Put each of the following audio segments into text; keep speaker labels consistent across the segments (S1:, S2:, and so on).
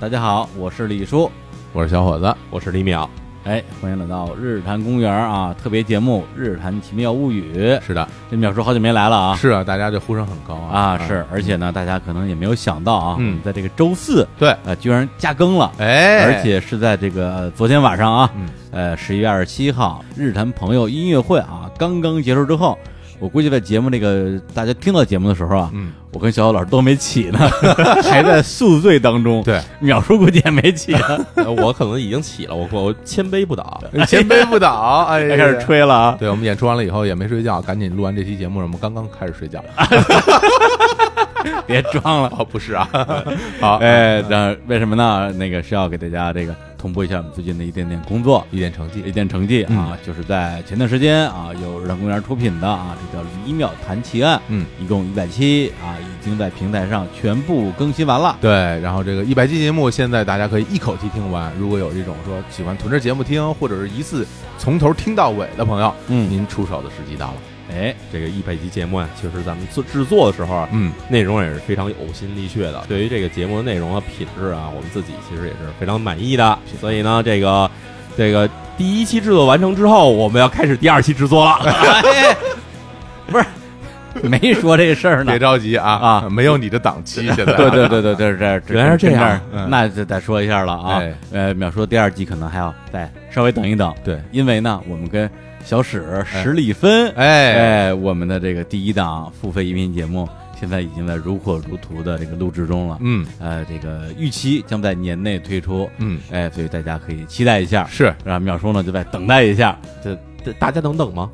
S1: 大家好，我是李叔，
S2: 我是小伙子，
S3: 我是李淼。
S1: 哎，欢迎来到日坛公园啊特别节目《日坛奇妙物语》。
S2: 是的，
S1: 这淼叔好久没来了啊。
S2: 是啊，大家这呼声很高啊
S1: 啊，是，而且呢，大家可能也没有想到啊，
S2: 嗯
S1: 我们在这个周四，
S2: 对
S1: 呃，居然加更了，
S2: 哎，
S1: 而且是在这个呃昨天晚上啊，
S2: 嗯
S1: 呃，十一月二十七号，日坛朋友音乐会啊，刚刚结束之后，我估计在节目那个大家听到节目的时候啊，
S2: 嗯，
S1: 我跟小小老师都没起呢， 还在宿醉当中。，
S2: 对，
S1: 淼叔估计也没起 呢，
S3: 呃 我可能已经起了，我我千杯不倒。
S2: 千杯不 倒，哎呀，
S1: 开始。吹了啊。
S2: 对我们演出完了以后也没睡觉，赶紧录完这期节目，我们刚刚开始睡 觉。
S1: 别装了。
S2: 哦，不是啊，好，
S1: 哎，那为什么呢？那个是要给大家这个同步一下我们最近的一点点工作。
S2: 一点成绩
S1: 一，点成绩啊，
S2: 嗯
S1: 就是在前段时间啊，有人公园出品的啊，这叫《李淼谈奇案》，
S2: 嗯，
S1: 一共一百期啊，已经在平台上全部更新完了。
S2: 对，然后这个一百期节目，现在大家可以一口气听完。如果有这种说喜欢囤着节目听，或者是一次从头听到尾的朋友，
S1: 嗯，
S2: 您出手的时机到了。
S1: 哎，
S3: 这个一百集节目啊，确实咱们做制作的时候啊，
S2: 嗯，
S3: 内容也是非常呕心沥血的。对于这个节目的内容和品质啊，我们自己其实也是非常满意的。所以呢，这个这个第一期制作完成之后，我们要开始第二期制作了。
S1: 哎不是，没说这事儿呢
S2: 别。着急啊
S1: 啊
S2: 没有你的档期，现 在
S1: 对对对对对，这这
S3: 原来是这样
S1: 真的
S2: 嗯
S1: 那就再说一下了啊
S2: 哎。
S1: 呃，秒说第二季可能还要再稍微等一等，
S2: 对，
S1: 因为呢，我们跟小史史里芬，
S2: 哎，
S1: 哎，我们的这个第一档付费音频节目，现在已经在如火如荼的这个录制中了。
S2: 嗯
S1: 呃，这个预期将在年内推出，
S2: 嗯，
S1: 哎，所以大家可以期待一下。
S2: 是
S1: 让淼叔呢就再等待一下，
S3: 这这大家能等吗？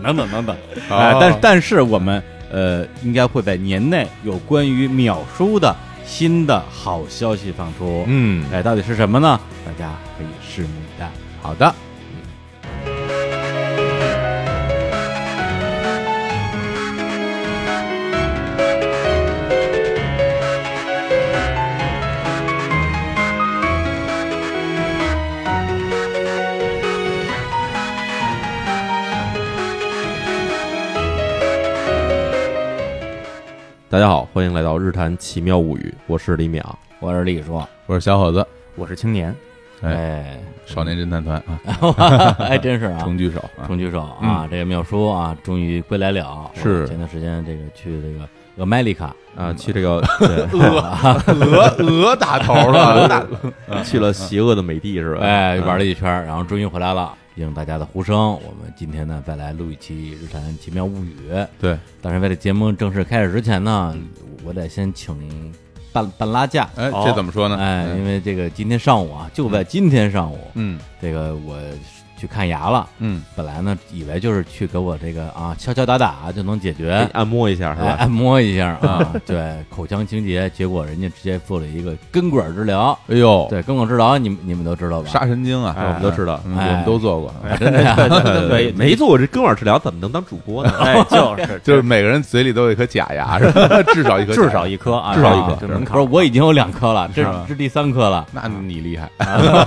S1: 能等能等。
S2: 哦
S1: 哎，但是但是我们呃应该会在年内有关于淼叔的新的好消息放出。
S2: 嗯，
S1: 哎，到底是什么呢？大家可以拭目以待。
S2: 好的，
S3: 大家好，欢迎来到《日谈奇妙物语》，我是李淼。
S1: 我是李叔，
S2: 我是小伙子，
S4: 我是青年，
S1: 哎，
S2: 少年侦探团啊，
S1: 还真是啊，
S2: 重聚首啊，
S1: 重举手啊，这个妙叔啊，终于归来了。
S2: 是
S1: 我前段时间这个去这个俄麦利卡，
S3: 啊，去 这个对
S2: 鹅鹅打头 了，鹅打
S3: 去了邪恶的美帝是吧？
S1: 哎，
S3: 嗯
S1: 玩了一圈，然后终于回来了。应大家的呼声，我们今天呢再来录一期《日谈奇妙物语》。
S2: 对，嗯
S1: 但是为了节目正式开始之前呢，我得先请半半拉假。
S2: 哎，这怎么
S3: 啊
S2: 说呢？
S1: 哎，因为这个今天上午啊，就在今天上午，
S2: 嗯
S1: 这个我去看牙了。
S2: 嗯，
S1: 本来呢，以为就是去给我这个啊敲敲打打就能解决，
S3: 给你按摩一下是
S1: 哎，
S3: 吧？
S1: 按摩一下啊，
S2: 嗯
S1: 对，口腔清洁，结果人家直接做了一个根管治疗。
S2: 哎呦，
S1: 对，根管治疗，你们你们都知道吧？
S2: 杀神经啊，
S3: 哎我们都知道
S2: 嗯
S1: 哎
S2: 我们都做过，
S1: 啊真的呀，
S3: 对，没做过这根管治疗，怎么能当主播呢？
S4: 哎，就是
S2: 就是每个人嘴里都有一颗假牙，是吧？ 至少一颗，
S4: 至少。一颗啊，
S2: 哎至少一颗
S4: 这
S2: 是
S4: 门槛
S1: 不是我已经有两颗了，这
S2: 是吧
S1: 这第三颗了。
S2: 那你厉害，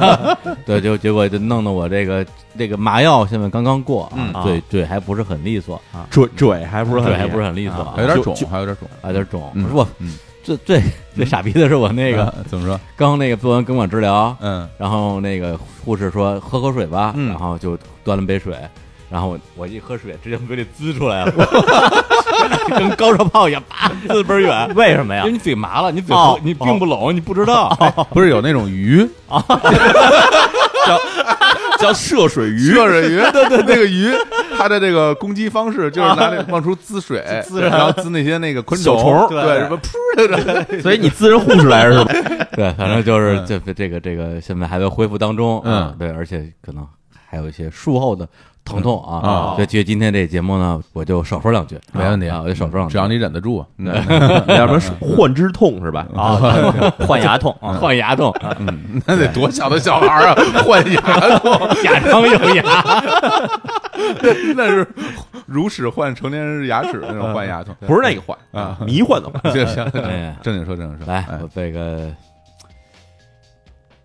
S1: 对，就结果就弄得我这个这个麻药现在刚刚过
S2: 嗯
S1: 啊，
S4: 啊
S1: 嘴嘴还不是很利索，
S3: 嘴嘴还不是很
S1: 嘴还不
S3: 是
S1: 是很利索啊
S2: 还，有点肿
S3: 就就，
S2: 还有点肿。
S1: 有点肿。
S2: 嗯
S1: 不是我
S2: 嗯
S1: 最最最傻逼的是我那个
S2: 啊怎么说？
S1: 刚那个做完根管治疗，
S2: 嗯，
S1: 然后那个护士说喝口水吧，
S2: 嗯
S1: 然后就端了杯水，然后我我一喝水，直接从嘴里滋出来了， 跟高射炮一样，啪滋倍儿远。
S4: 为什么
S1: 因
S4: 呀
S1: 为？你嘴麻了，你嘴、
S4: 哦
S1: 你并不聋，你不知道。
S2: 不是有那种鱼，
S3: 叫涉水鱼，
S2: 热水鱼， 对对，那个鱼，它的这个攻击方式就是拿那往出滋水，
S4: 滋
S2: 然后滋那些那个昆
S3: 小虫
S2: 对，
S4: 对
S2: 什么噗的，
S3: 所以你滋人护士来是吧？
S1: 对，反正就是
S2: 嗯
S1: 这这个这个现在还在恢复当中。
S2: 嗯
S1: 啊对，而且可能还有一些术后的疼痛啊。
S2: 嗯啊
S1: 所以觉得今天这节目呢，我就少说两句，
S2: 没问题
S1: 啊，我就少说两句。
S2: 只要你忍得住，嗯
S3: 叫什么幻之痛是吧？
S4: 啊，换牙痛啊，
S1: 换牙痛，
S2: 那得多小的小孩儿啊，换牙痛，
S1: 假装有牙。
S2: 那是如屎换成年人牙齿的那种换牙痛，
S3: 不是那个幻
S2: 啊
S3: 迷幻的幻。
S2: 行行，
S1: 哎
S2: 正经说正经说，
S1: 来
S2: 哎，
S1: 我这个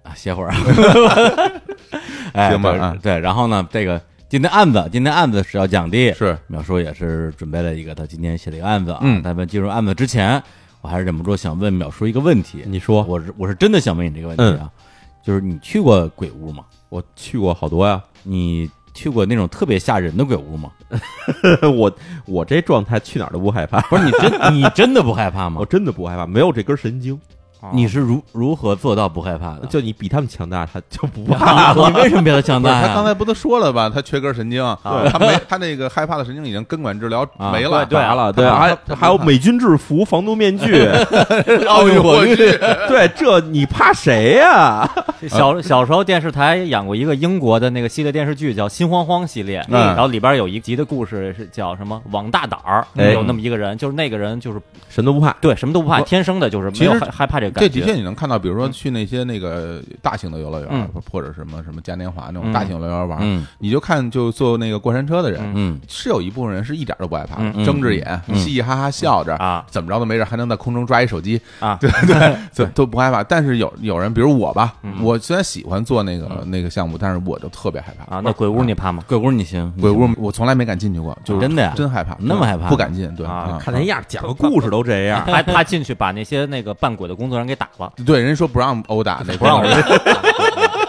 S1: 啊，歇会儿啊。 哎，
S2: 行吧
S1: 对
S2: 啊
S1: 对，然后呢，这个今天案子，今天案子是要讲的，
S2: 是
S1: 淼叔也是准备了一个，他今天写了一个案子啊。
S2: 嗯
S1: 咱们进入案子之前，我还是忍不住想问淼叔一个问题。
S3: 你说
S1: 我是我是真的想问你这个问题
S2: 嗯
S1: 啊，就是你去过鬼屋吗？
S3: 我去过好多呀，
S1: 你去过那种特别吓人的鬼屋 吗？
S3: 我我这状态去哪儿都不害怕，
S1: 不是你真你真的不害怕 吗
S3: 我？真的不害怕，没有这根神经。
S1: 你是如如何做到不害怕的？
S3: 就你比他们强大，他就不 怕。
S1: 啊你为什么比他强
S2: 不是
S1: 大
S2: 他刚
S1: 呀？
S2: 才不都说了吧？他缺根神经，他没他那个害怕的神经已经根管治疗
S1: 啊
S2: 没了，
S3: 对了，对
S2: 他
S3: 还
S2: 他
S3: 还有美军制服、防毒面具，
S2: 奥运火炬，
S3: 对，这你怕谁呀？
S4: 小小时候电视台演过一个英国的那个系列电视剧，叫《心慌慌》系列，
S2: 嗯
S4: 然后里边有一集的故事是叫什么“王大胆儿”，
S3: 哎
S4: 有那么一个人，就是那个人就是
S3: 神都不怕。
S4: 对什么都不怕，
S2: 我
S4: 天生的就是
S2: 其
S4: 没
S2: 实
S4: 有害害怕这个感
S2: 这
S4: 觉。
S2: 的确你能看到，比如说去那些那个大型的游乐园，
S4: 嗯
S2: 或者什么什么嘉年华那种
S4: 嗯
S2: 大型游乐园玩，
S1: 嗯
S2: 你就看就坐那个过山车的人。
S1: 嗯
S2: 是有一部分人是一点都不害怕，
S4: 嗯
S1: 嗯
S2: 睁着眼、
S1: 嗯
S2: 嘻嘻哈哈笑着，
S4: 啊
S2: 怎么着都没事，还能在空中抓一手机，
S4: 啊，
S2: 这都不害怕。但是有有人，比如我吧，
S4: 嗯
S2: 我虽然喜欢做那个那个项目，但是我就特别害怕
S4: 啊，那鬼屋你 怕吗？
S1: 鬼屋你行，你
S2: 鬼屋
S1: 行
S2: 我从来没敢进去过，就是
S1: 真的呀
S2: 真害怕，
S1: 那么害怕
S2: 不敢进。对
S4: 啊
S3: 看那样，讲个故事都这样。
S4: 还怕进去把那些那个扮鬼的工作人员给打了，
S2: 对，人家说不让殴打，那
S4: 不让我
S2: 天
S4: 们。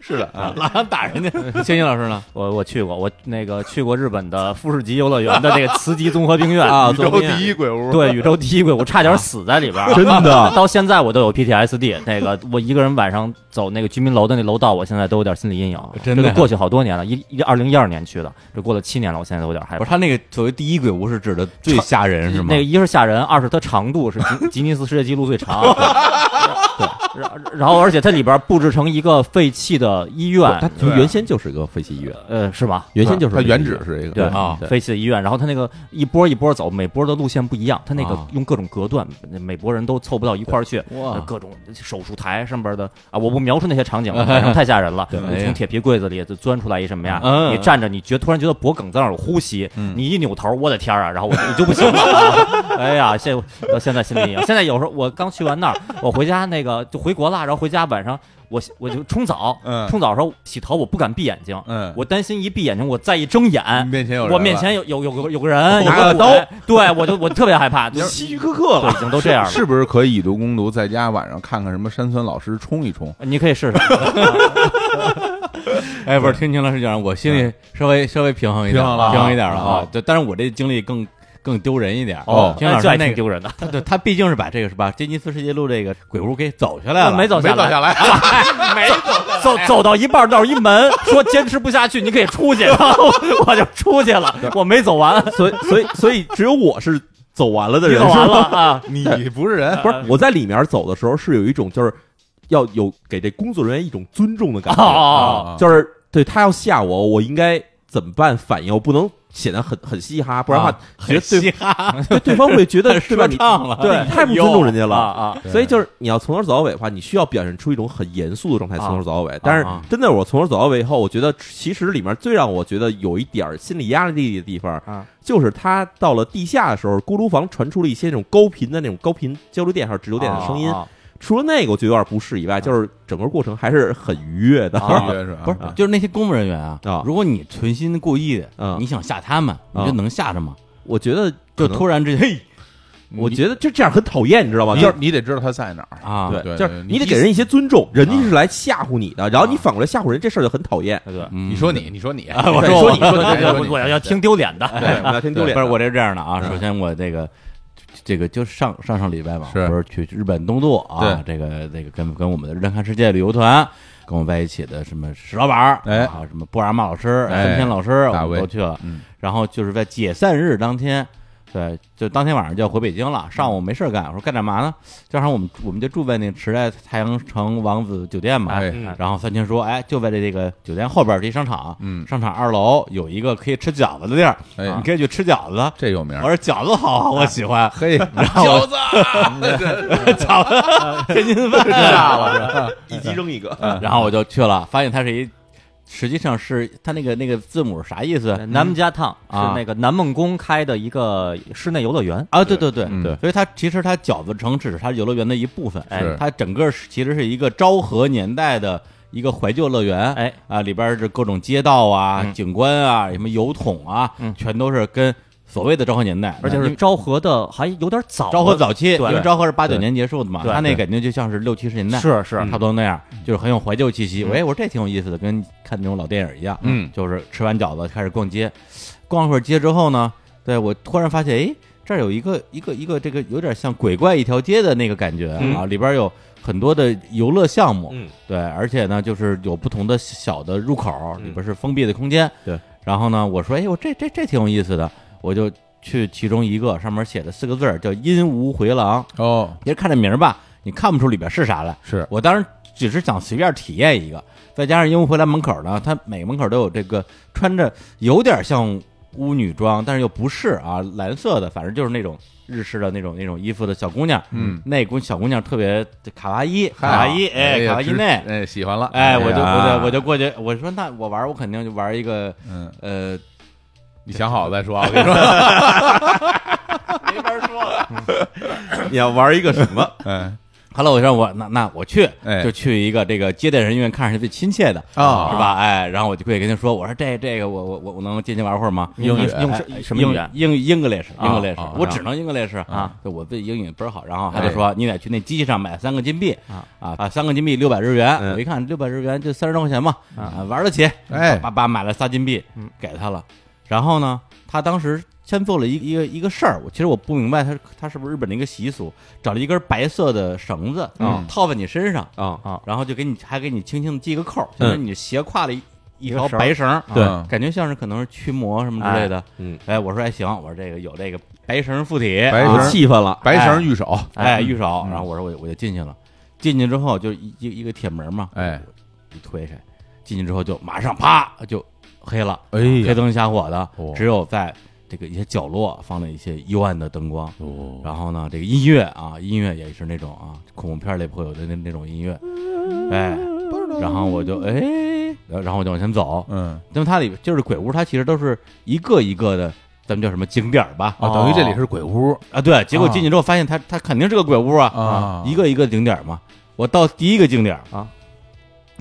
S2: 是的啊，
S1: 老想打人家。星星老师呢？
S4: 我我去过，我那个去过日本的富士急游乐园的那个磁极综合病院
S3: 啊
S2: 宇宙第一鬼屋，
S4: 对，宇宙第一鬼，我差点死在里边
S1: 啊
S4: 儿，
S3: 真的
S4: 到现在我都有 PTSD。那个，我一个人晚上走那个居民楼的那楼道，我现在都有点心理阴影。
S1: 真的
S4: 这个
S1: 呀
S4: 过去好多年了，一一二零一二年去的，这过了七年了，我现在都有点害
S1: 不是。
S4: 怕
S1: 他那个所谓第一鬼屋是指的最吓人是吗？
S4: 那个一是吓人，二是它长度是 吉吉尼斯世界纪录最长。对，然然后而且它里边儿布置成一个废弃的医
S3: 他
S4: 院，
S2: 对
S3: 原先就是个废弃医院，
S4: 呃，是吧？
S3: 原先就是
S2: 它
S3: 废弃医院
S2: 原址是一
S4: 对
S2: 个，
S1: 啊
S4: 废弃的医院，然后它那个一波一波走，每波的路线不一样，它那个
S1: 啊
S4: 用各种隔断，每波人都凑不到一块儿去，
S1: 哇
S4: 呃各种手术台上边的啊，我不描述那些 场景了，反正太吓人了。
S1: 对哎
S4: 你
S1: 呀
S4: 从铁皮柜子里就钻出来一什么呀？
S1: 嗯
S4: 你站着，你觉突然觉得脖梗子那儿有呼吸，
S2: 嗯
S4: 你一扭头，我的天儿啊，然后我就你就不行了。 哎呀，现在到现在心里现在有时候我刚去完那儿，我回家那个就回国了，然后回家晚上我我就冲澡，
S2: 嗯
S4: 冲澡的时候洗头我不敢闭眼睛，
S2: 嗯，
S4: 我担心一闭眼睛，我再一睁眼，
S1: 嗯
S2: 你面前有人，
S4: 我面，前有有有个有个人，
S3: 拿
S4: 有
S3: 个
S4: 鬼
S3: 刀，
S4: 对我就我特别害怕，就
S3: 希区柯克
S4: 对，已经都这样了。
S2: 是不是可以以毒攻毒，在家晚上看看什么山村老师冲一冲？
S4: 你可以试试，
S1: 哎，不是，听秦老师讲，我心里稍微稍微平衡一点，
S2: 平衡了
S1: 平衡一点了
S2: 啊
S1: 啊。对，但是我这经历更更丢人一点
S2: 哦
S1: 秦老
S4: 哎这
S1: 师
S4: 还
S1: 那
S4: 挺
S1: 个，
S4: 丢 人的。
S1: 他对他毕竟是把这个是吧，吉尼斯世界纪录这个鬼屋给走下来了，
S4: 啊
S1: 啊
S4: 没走
S2: 没
S4: 下
S2: 倒下来，
S4: 来，哎没走走到一半到一门，说坚持不下去，你可以出 去，然后我就出去了，我没走 完，
S3: 所以所以所以只有我是走完了的
S4: 你
S3: 人，
S4: 走完
S3: 是
S4: 了
S3: 吗？
S4: 啊。
S2: 你不是 人，
S3: 不是，我在里面走的时候是有一种就是要有给这工作人员一种尊重的感觉，
S4: 哦
S3: 就是对他要吓我，我应该怎么办反应？我不能显得很很嘻哈，不然的话，觉
S1: 很
S3: 得对
S1: 嘻哈，
S3: 对对方会觉 得对
S1: 说
S3: 吧？哦你
S1: 唱了，
S3: 对太不尊重人家
S4: 啊
S3: 了。
S4: 啊！
S3: 所以就是你要从头走到尾的话，你需要表现出一种很严肃的状态，
S4: 啊
S3: 从头走到尾。但是真的，我从头走到尾以后，我觉得其实里面最让我觉得有一点儿心理压力的地方
S4: 啊，
S3: 就是他到了地下的时候，锅炉房传出了一些那种高频的那种高频交流电还是直流电的声音
S4: 啊。
S3: 除了那个，我觉得有点不适以外，就是整个过程还是很愉悦的。
S4: 啊
S2: 不是是吧？
S1: 不是，就是那些公务人员啊
S3: 啊
S1: 如果你存心故意
S3: 啊
S1: 的，你想吓他们，你就能吓着吗？
S3: 我觉得可
S1: 就
S3: 能
S1: 突然之间，嘿
S3: 我觉得就这样很讨厌，你知道吗？
S2: 你
S3: 就是
S2: 哦你得知道他在哪儿，
S1: 啊，
S3: 对，
S2: 对
S3: 就是
S2: 你
S3: 你得
S2: 意
S3: 给
S2: 思
S3: 人一些尊重，人
S4: 啊
S3: 家是来吓唬你的，然后你反过来吓唬人，这事儿就很讨厌。
S4: 对，
S1: 嗯
S2: 你说你，你说你，
S1: 啊我
S2: 对
S1: 说
S2: 说
S1: 我
S2: 你说你
S4: 对
S2: 说
S4: 我
S2: 你，哎
S4: 我要听丢脸的，
S3: 对，不要听丢脸
S1: 不
S3: 的。
S1: 是我这是这样的啊，
S2: 嗯
S1: 首先我这个。这个就上上上礼拜嘛，
S2: 是
S1: 不是去日本东渡啊？这个这个跟跟我们的日坛看世界旅游团，跟我们在一起的什么石老板儿，
S2: 哎
S1: 啊，什么布尔玛老师、
S2: 哎
S1: 孙天老师，
S2: 大
S1: 我
S2: 卫
S1: 们都去了。
S2: 嗯
S1: 然后就是在解散日当天，对，就当天晚上就要回北京了。上午没事儿干，我说干点嘛呢？正好我们我们就住在那池袋太阳城王子酒店嘛。
S2: 哎
S4: 嗯
S1: 然后三清说，哎，就在这这个酒店后边儿这一商场，
S2: 嗯
S1: 商场二楼有一个可以吃饺子的地儿，
S2: 哎
S1: 你可以去吃饺子。
S2: 这有名儿
S4: 嗯
S1: 我，说饺子好啊，我喜欢
S2: 嘿，
S1: 后
S2: 饺子啊， 对
S1: 饺子，天津饭
S2: 炸了，
S3: 一击扔一个，
S4: 嗯
S1: 然后我就去了，发现它是一，实际上是它那个那个字母啥意思
S4: 哎南门家烫是
S1: 啊
S4: 那个南梦宫开的一个室内游乐园，
S1: 啊？对对对
S2: 嗯
S1: 所以它其实它饺子城只是它游乐园的一部分，
S4: 哎
S2: 是
S1: 它整个是其实是一个昭和年代的一个怀旧乐园，
S4: 哎
S1: 啊，里边是各种街道啊、景观啊、什么油桶啊，
S4: 嗯
S1: 全都是跟所谓的昭和年代，
S4: 而且是
S1: 因为
S4: 昭和的还有点早了，
S1: 昭和早期，因
S4: 对
S1: 为昭和是八九
S3: 对
S1: 年结束的嘛，
S4: 对
S1: 他那感觉就像是六七十年代，
S4: 是是
S1: 差不多那样，就是很有怀旧气息。
S3: 嗯
S1: 喂，我说这挺有意思的，跟看那种老电影一样。啊
S2: 嗯
S1: 就是吃完饺子开始逛街，逛了会儿街之后呢，对我突然发现，哎，这儿有一个一个一个这个有点像鬼怪一条街的那个感觉
S3: 嗯
S1: 啊，里边有很多的游乐项目，
S3: 嗯
S1: 对，而且呢就是有不同的小的入口，
S3: 嗯
S1: 里边是封闭的空间，
S3: 对。
S1: 然后呢，我说，哎，我这这这挺有意思的，我就去其中一个，上面写的四个字儿叫“阴无回廊
S2: 哦”，，
S1: 别看这名儿吧，你看不出里边是啥来。
S2: 是
S1: 我当时只是想随便体验一个，再加上因为回来门口呢，它每个门口都有这个穿着有点像巫女装，但是又不是啊，蓝色的，反正就是那种日式的那种那种衣服的小姑娘。
S2: 嗯，
S1: 那姑小姑娘特别卡哇伊，卡哇伊，哎，卡
S2: 呀
S1: 哇伊
S2: 直
S1: 内。
S2: 哎，喜欢了，
S1: 哎，我就
S3: 哎
S1: 我
S3: 呀
S1: 就我就过去，我说那我玩，我肯定就玩一个
S2: 嗯，
S1: 呃，
S2: 你想好了再说啊，我 跟你说，
S1: 没法说了。
S3: 你要玩一个什么？
S2: 嗯，
S1: 后来我说我那那我去
S2: 哎，
S1: 就去一个这个接待人员看上去最亲切的
S2: 啊
S1: 是吧？哎，然后我就过去跟他说，我说这这个我我我我能进去玩会儿吗？
S4: 英语
S1: 哎
S4: 用
S1: 哎
S4: 什什么语言
S1: 英英 English
S4: 啊
S1: English，
S2: 啊
S1: 我
S2: 啊
S1: 只能 English
S4: 啊，哎
S1: 就我对英语倍儿好。然后他就说你得去那机器上买三个金币
S4: 啊
S1: 啊啊，三个金币六百日元。
S3: 嗯
S1: 我一看六百日元就三十多块钱嘛，
S4: 啊
S1: 啊玩得起。
S2: 哎
S1: 爸爸买了仨金币
S4: 嗯
S1: 给他了。然后呢，他当时先做了一一个一个事儿，我其实我不明白他他是不是日本的一个习俗，找了一根白色的绳子
S2: 嗯
S1: 套在你身上，
S3: 啊
S1: 然后就给你还给你轻轻的系个扣儿，就是你斜挎了一一
S4: 一
S1: 条
S4: 个绳儿
S1: 白绳儿，
S3: 对
S2: 嗯
S1: 感觉像是可能是驱魔什么之类的。
S3: 嗯，
S1: 哎，我说哎行，我说这个有这个白绳附体，啊
S2: 白
S3: 有
S2: 绳
S3: 啊气氛了，
S2: 白绳御手，
S1: 哎
S4: 嗯
S1: 玉手，
S2: 嗯
S1: 然后我说我就我就进去了，进去之后就一一一个铁门嘛，
S2: 哎
S1: 一推开，进去之后就马上啪就黑了，
S2: 哎
S1: 黑
S2: 呀，
S1: 灯瞎火的
S2: 哦，
S1: 只有在这个一些角落放了一些幽暗的灯光。
S2: 哦
S1: 然后呢，这个音乐啊，音乐也是那种啊，恐怖片里会有的那那种音乐，哎，然后我就哎，然后我就往前走，
S2: 嗯，
S1: 因为它里就是鬼屋，它其实都是一个一个的，咱们叫什么景点儿吧？
S2: 啊，等于这里是鬼屋
S1: 啊，对，结果
S2: 啊
S1: 进去之后发现它它肯定是个鬼屋啊，
S2: 啊，
S1: 一个一个景点儿嘛。我到第一个景点儿
S4: 啊，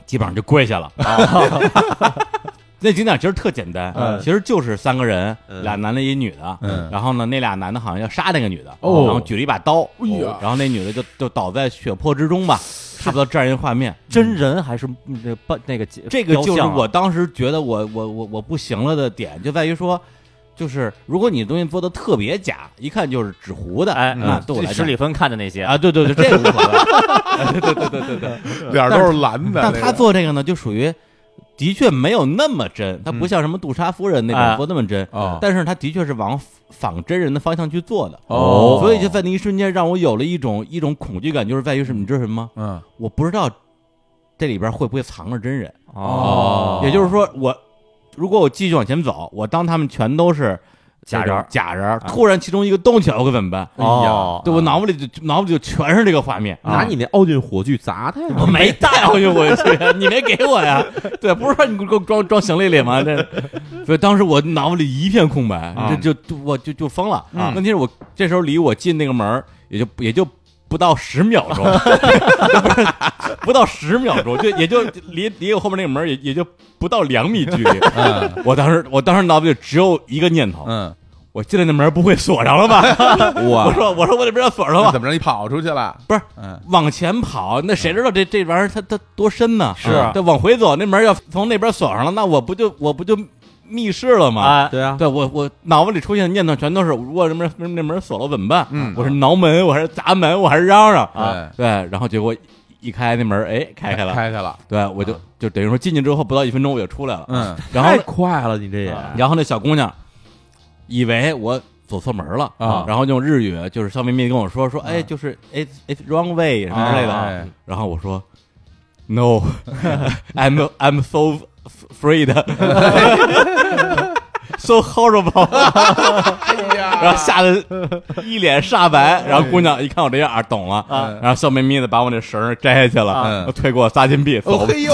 S1: 基本上就跪下了。啊 那景点儿其实特简单，
S3: 嗯
S1: 其实就是三个人，
S3: 嗯
S1: 俩男的一女的。
S2: 嗯
S1: 然后呢，那俩男的好像要杀那个女的，
S2: 哦
S1: 然后举了一把刀，
S2: 哎呀
S1: 然后那女的就就倒在血泊之中吧，差不多这样一个画面。
S4: 真人还是那个扮嗯那个
S1: 这个就
S4: 雕
S1: 是
S4: 像啊
S1: 我当时觉得我我我我不行了的点，就在于说，就是如果你东西做的特别假，一看就是纸糊的，
S4: 哎，
S1: 那
S4: 嗯
S1: 对我来
S4: 史
S1: 讲
S4: 蒂芬看的那些
S1: 啊，对对对，这个无所 谓，对对对对对。
S2: 脸都嗯是蓝的，
S1: 但
S2: 那
S1: 他
S2: 个
S1: 做这个呢，就属于的确没有那么真，他不
S2: 嗯
S1: 像什么杜莎夫人那
S4: 啊
S1: 种做那么真，
S2: 哦
S1: 但是他的确是往仿真人的方向去做的。
S2: 哦
S1: 所以就在那一瞬间，让我有了一种一种恐惧感，就是在于什么？你知道什么吗？
S2: 嗯
S1: 我不知道这里边会不会藏着真人。
S2: 哦
S1: 也就是说，我如果我继续往前走，我当他们全都是
S4: 假人儿
S1: 假人儿，啊突然其中一个动起来，我会怎么办？
S3: 哎
S4: 哦，
S1: 对我脑子里就脑子里就全是这个画面。
S3: 拿你那奥运火炬砸他
S1: 我
S3: 呀！
S1: 没带回去，我去，你没给我 呀？对，不是说你给我装装行李里吗？这，所以当时我脑子里一片空白，这就我就就疯了。
S2: 嗯
S1: 问题是我这时候离我进那个门儿也就也就不到十秒 钟，不到十秒钟，就也就离离我后面那个门儿也也就不到两米距离。
S2: 嗯
S1: 我当时我当时脑子里只有一个念头，
S2: 嗯，
S1: 我进来那门儿不会锁上了吧？我
S3: 哇，
S1: 说我说我得不要锁上
S2: 那
S1: 吧？
S2: 怎么着？你跑出去了？
S1: 不是
S2: 嗯，
S1: 往前跑，那谁知道这这玩意儿它它多深呢？
S4: 是
S1: 对，往回走那门要从那边锁上了，那我不就我不就密室了吗？
S4: 哎，
S3: 对啊，
S1: 对我我脑子里出现的念头全都是，如果那门那门锁了我怎么办？
S2: 嗯
S1: 我是挠门，我还是砸门，我还是嚷嚷
S2: 啊
S1: 对，然后结果一开那门，哎，开开了。
S2: 开开了，
S1: 对，我就就等于说进去之后不到一分钟我就出来了。
S2: 嗯，
S1: 然后
S3: 太快了，你这也
S4: 啊
S1: 然后那小姑娘以为我走错门了
S2: 啊
S1: 然后用日语就是笑眯眯地跟我说说，哎，就是 it's it's wrong way 什么之类的。啊
S2: 哎
S1: 然后我说 no，I'm I'm so afraid，so horrible。
S2: 哎呀，
S1: 然后吓得一脸煞白。然后姑娘一看我这哎样，啊啊懂了，
S2: 嗯
S1: 然后笑眯眯的把我那绳儿摘下去了，
S2: 嗯
S1: 退给我仨金币，走 吧，
S2: 嘿 呦，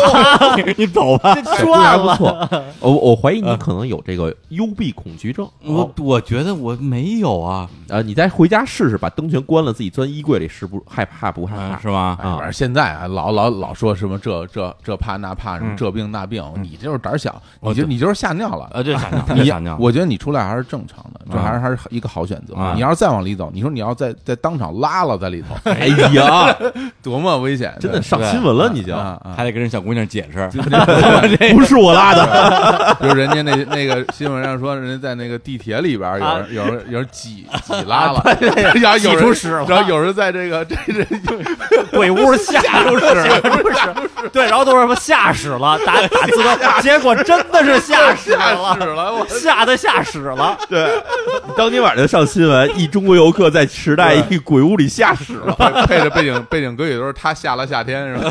S1: 你走吧。
S3: 这姑娘还不错。我我怀疑你可能有这个幽闭恐惧症。哦
S1: 我我觉得我没有啊，
S3: 啊，你再回家试试，把灯全关了，自己钻衣柜里，是不害怕不害怕？
S1: 嗯啊是吗？
S2: 反正现在啊，老老老说什么这这这怕那怕什么
S1: 嗯
S2: 这病那病，你就是胆儿小，
S1: 哦
S2: 你就
S1: 对
S2: 你就是吓尿了。
S1: 啊，这想 尿，
S2: 你
S1: 想尿，
S2: 我觉得你出来还是正常的，这还是还是一个好选择
S1: 啊。
S2: 你要是再往里走，你说你要在在当场拉了在里头，
S3: 哎呀，
S2: 多么危险！
S3: 真的上新闻了，你就
S2: 啊啊！
S1: 还得跟人小姑娘解 释，
S3: 不是我拉的，
S2: 啊 就是人家那那个新闻上说，人家在那个地铁里边儿有
S4: 啊
S2: 人有人有人挤挤拉了，然后有人然后有人在这个这这
S4: 鬼屋吓出屎，不是对，然后都是什么吓屎 了，打打字都，结果真的是吓屎
S2: 吓死
S4: 了，
S2: 了，我
S4: 吓得吓屎了。
S3: 对，当天晚上就上新闻，一中国游客在时代一鬼屋里吓屎了。
S2: 配配着背景背景歌曲都是他下了夏天是吧？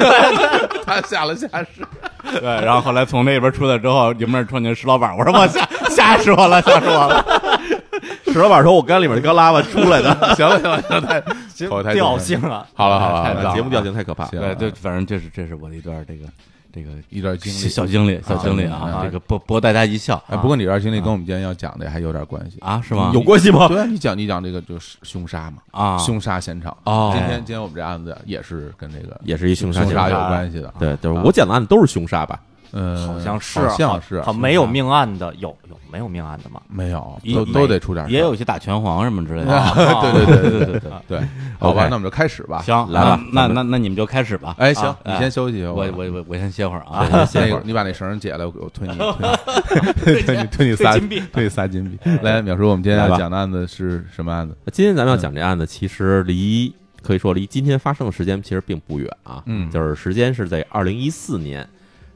S2: 他下了夏是
S1: 对，然后后来从那边出来之后，迎面撞见石老板，我说我 吓吓死我了，吓死我了，
S3: 史老板说：“我刚里面刚拉完出来 的。
S2: 行了行了行了，太口太重
S4: 调
S2: 了
S4: 性啊！
S2: 好了好了
S3: 太
S2: 好
S3: 棒
S2: 了，
S3: 了”节目调性太可怕了。
S2: 行
S1: 对，对，反正这是这是我的一段这个这个
S2: 一段经
S1: 小
S2: 历。
S1: 小经历，小经历
S2: 啊
S1: 啊，
S2: 啊
S1: 这个博博大家一笑
S2: 哎，不过你这段经历跟我们今天要讲的还有点关系。
S1: 啊，是吗？
S3: 有关系吗？
S2: 对啊，你讲你讲这个就是凶杀嘛，
S1: 啊，
S2: 凶杀现场。
S1: 哦
S2: 今天今天我们这案子也是跟这个
S3: 也是一凶杀
S2: 凶
S3: 现
S2: 杀
S3: 场
S2: 有关系的。
S3: 对，就是我讲的案子都是凶杀吧？
S2: 嗯，
S4: 好像是啊
S2: 好像是啊
S4: 好，没有命案的有有没有命案的吗？
S2: 没有，
S1: 一
S2: 都
S1: 没
S2: 都得出点事儿
S1: 也 有一些打拳皇什么之类的。
S4: 啊
S2: 对对对对对
S1: 对对，
S2: 对，好吧，
S3: OK
S2: 那我们就开始吧。，啊
S1: 行，啊
S3: 来吧
S1: 那那那那你们就开始吧。
S2: 哎，行
S1: 啊，
S2: 你先休息一会儿，
S1: 我我我我先歇会儿啊。
S2: 那个，你把那绳儿解了，我我推你，推 你推你，推你
S4: 推
S2: 仨
S4: 金币，
S2: 推你仨金币。哎来，淼叔，我们今天
S3: 来
S2: 要
S3: 吧
S2: 讲的案子是什么案子？
S3: 今天咱们要讲这案子，其实离可以说离今天发生的时间其实并不远啊。
S2: 嗯
S3: 就是时间是在二零一四年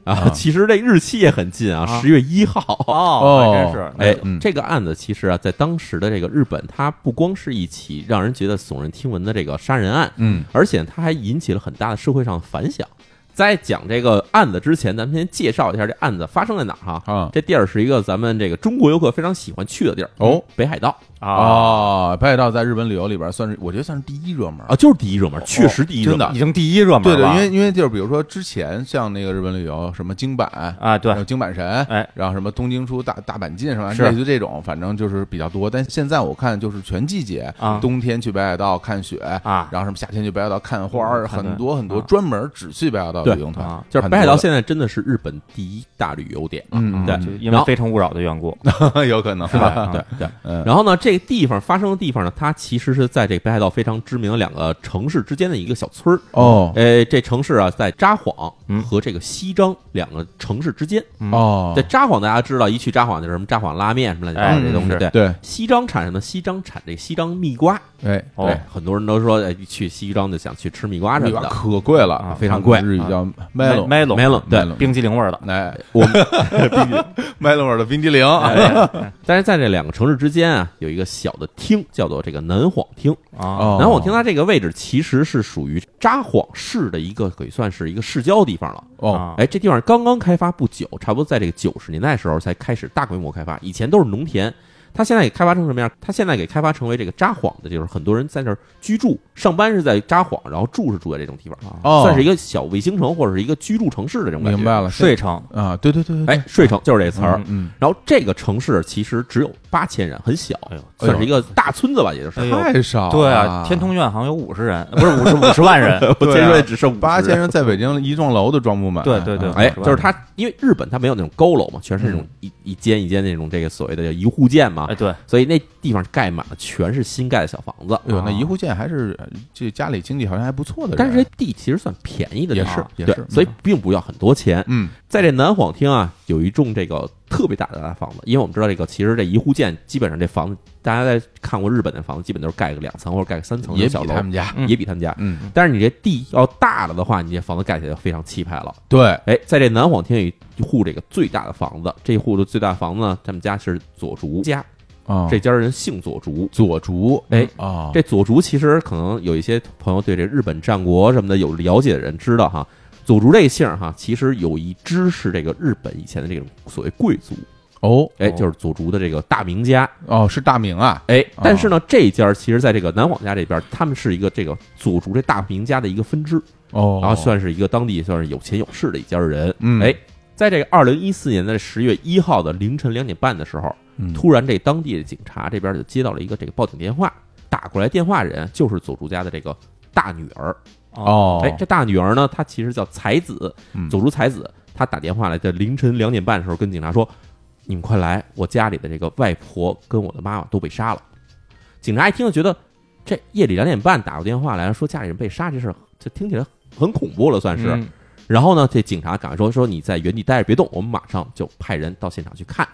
S2: 啊
S3: 啊，其实这日期也很近啊，
S1: 啊
S3: 十月一号。
S4: 哦，还真是
S3: 哎
S2: 嗯，
S3: 这个案子其实啊，在当时的这个日本，它不光是一起让人觉得耸人听闻的这个杀人案，
S2: 嗯
S3: 而且它还引起了很大的社会上的反响。在讲这个案子之前，咱们先介绍一下这案子发生在哪儿哈。
S2: 啊
S3: 这地儿是一个咱们这个中国游客非常喜欢去的地儿
S2: 哦，
S3: 北海道
S4: 啊，
S2: 哦，北海道在日本旅游里边算是，我觉得算是第一热门
S3: 啊，。就是第一热门，确实第一热
S2: 哦真
S3: 门。
S2: 的
S4: 已经第一热门
S2: 对
S4: 了
S2: 对，因为因为就是比如说之前像那个日本旅游，什么京阪
S4: 啊，对
S2: 还有，京阪神，
S4: 哎，
S2: 然后什么东京出大大阪进什么，
S4: 是
S2: 类似这种，反正就是比较多。但现在我看就是全季节，
S4: 啊
S2: 冬天去北海道看雪
S4: 啊
S2: 然后什么夏天去北海道看花儿，
S4: 嗯看
S2: 很
S4: 对
S2: 多很多
S4: 啊
S2: 专门只去北海道的
S3: 对
S2: 旅游团
S4: 啊，
S3: 就是北海道
S2: 很多的
S3: 现在真的是日本第一大旅游点啊，
S2: 嗯
S3: 对
S2: 嗯
S4: 就因为
S3: 然
S4: 《
S3: 后
S4: 非诚勿扰》的缘故
S2: 有可 能
S4: 是吧？
S3: 对对
S2: 嗯。
S3: 然后呢，这个地方发生的地方呢，它其实是在这个北海道非常知名的两个城市之间的一个小村儿。
S2: 哦
S3: 呃，这城市啊，在札幌
S4: 嗯
S3: 和这个西张两个城市之间。
S2: 哦，
S3: 在札幌，大家知道，一去札幌就是什么札幌拉面什么乱七八糟
S2: 哎
S3: 这些东西。
S4: 是
S3: 对，
S2: 对，
S3: 西张产什么？西张产这个西张蜜瓜。
S2: 哎，
S4: 哦
S3: 对，很多人都说，哎，去西张就想去吃蜜瓜什
S2: 蜜瓜
S3: 么的。
S2: 可贵了
S4: 啊，
S2: 非常
S3: 很贵
S2: 日语叫 melon
S4: melon
S3: 没了，对，
S2: melon
S4: 嗯冰激凌味儿的
S2: 哎，
S3: 我们
S2: melon 味儿的冰激凌啊，
S3: 哎但是在这两个城市之间啊，有一个小的厅，叫做这个南幌厅。
S4: 啊，
S2: 哦
S3: 南幌厅它这个位置其实是属于札幌市的一个，可以算是一个市郊地方了。
S2: 哦
S4: 啊
S3: 哎，这地方刚刚开发不久，差不多在这个九十年代时候才开始大规模开发，以前都是农田。它现在给开发成什么样？它现在给开发成为这个札幌的，就是很多人在这儿居住，上班是在札幌，然后住是住在这种地方，
S2: 哦，
S3: 啊算是一个小卫星城或者是一个居住城市的这种感觉。
S2: 明白了
S4: 睡城
S2: 啊，对对对对，
S3: 哎，睡城就是这词儿。
S2: 嗯，
S3: 然后这个城市其实只有八千人，很小，
S2: 哎
S3: 算是一个大村子吧，也就是。
S4: 哎
S2: 嗯，
S4: 呦
S2: 太少
S4: 对
S2: 啊
S4: 啊，，天通苑好像有五十人，不是五十五十万 人，
S3: 我
S2: 对啊
S3: 听说也只剩50
S2: 八千
S3: 人。
S2: 人在北京一幢楼都装不满，
S4: 对对对
S2: 啊
S3: 哎，就是它，因为日本它没有那种高楼嘛，全是那种
S2: 嗯
S3: 一一间一间那种这个所谓的叫一户建嘛
S4: 哎，，对，
S3: 所以那地方盖满了全是新盖的小房子。
S2: 哎呦，那一户建还是呃这家里经济好像还不错的人，
S3: 但是这地其实算便宜的地
S2: 也
S3: 方，
S2: 是也
S3: 对
S2: 是
S3: 所以并不要很多钱。
S2: 嗯
S3: 在这南晃厅啊，有一栋这个特别大的大房子，因为我们知道这个，其实这一户建基本上这房子，大家在看过日本的房子，基本都是盖个两层或者盖个三层
S2: 也
S3: 的
S2: 比
S3: 小楼
S2: 他，们家，
S4: 嗯
S3: 也比他们家。
S2: 嗯，
S3: 但是你这地要大了的话，你这房子盖起来就非常气派了。
S2: 对，
S3: 哎，在这南晃厅有一户这个最大的房子，这户的最大房子呢，他们家是佐竹家，
S2: 啊
S3: 这家人姓佐竹。
S2: 左竹，
S3: 哎
S2: 啊，
S3: 这佐竹其实可能有一些朋友对这日本战国什么的有了解的人知道哈，佐竹这个姓儿哈，其实有一支是这个日本以前的这种所谓贵族，
S2: 哦，
S3: 哎，就是佐竹的这个大名家，
S2: 哦，是大明啊，
S3: 哎，但是呢，这一家其实在这个南晃家这边，他们是一个这个佐竹这大名家的一个分支，
S2: 哦，
S3: 然后啊算是一个当地算是有钱有势的一家人，
S2: 嗯
S3: 哎，在这个二零一四年的十月一号的凌晨两点半的时候，
S2: 嗯
S3: 突然这当地的警察这边就接到了一个这个报警电话，打过来电话人就是佐竹家的这个大女儿，
S2: 哦，
S3: 哎，这大女儿呢，她其实叫才子，
S2: 嗯
S3: 佐竹才子，她打电话来，在凌晨两点半的时候跟警察说：“你们快来，我家里的这个外婆跟我的妈妈都被杀了。”警察一听就觉得，这夜里两点半打过电话来说家里人被杀这事儿，这听起来很恐怖了，算是。
S1: 嗯
S3: 然后呢，这警察赶快说说你在原地待着别动，我们马上就派人到现场去看。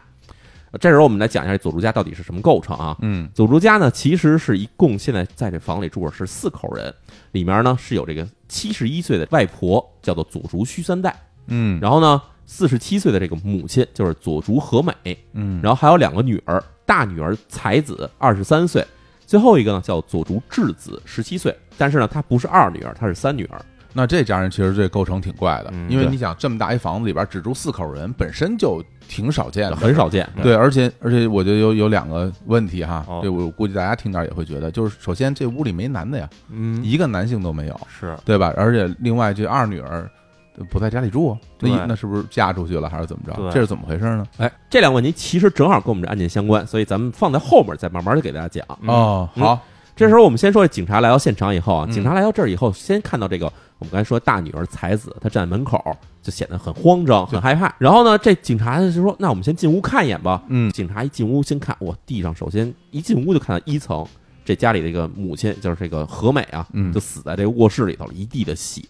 S3: 呃这时候我们来讲一下佐竹家到底是什么构成啊？
S2: 嗯
S3: 佐竹家呢，其实是一共现在在这房里住着是四口人，里面呢是有这个七十一岁的外婆，叫做佐竹须三代，
S2: 嗯，
S3: 然后呢四十七岁的这个母亲就是佐竹和美，
S2: 嗯，
S3: 然后还有两个女儿，大女儿才子二十三岁，最后一个呢叫佐竹智子十七岁，但是呢她不是二女儿，她是三女儿，
S2: 那这家人其实这构成挺怪的，
S3: 嗯
S2: 因为
S3: 对
S2: 你想这么大一房子里边只住四口人，本身就挺少见的，
S3: 很少见。
S2: 哎对，而且而且我觉得有有两个问题哈
S4: 哦，
S2: 这我估计大家听到也会觉得，就是首先这屋里没男的呀，
S4: 嗯，
S2: 一个男性都没有，
S4: 是
S2: 对吧？而且另外这二女儿呃不在家里住啊，那
S4: 对
S2: 那是不是嫁出去了还是怎么着
S4: 对？
S2: 这是怎么回事呢？
S3: 哎，这两个问题其实正好跟我们这案件相关，所以咱们放在后面再慢慢的给大家讲。
S4: 嗯
S2: 哦，好，
S3: 这时候我们先说，警察来到现场以后啊，
S1: 嗯
S3: 警察来到这儿以后，先看到这个我们刚才说大女儿才子，她站在门口就显得很慌张、很害怕。然后呢，这警察就说：“那我们先进屋看一眼吧。”
S2: 嗯
S3: 警察一进屋，先看，哇，地上首先一进屋就看到一层，这家里的一个母亲就是这个和美啊，
S2: 嗯
S3: 就死在这个卧室里头了，一地的血。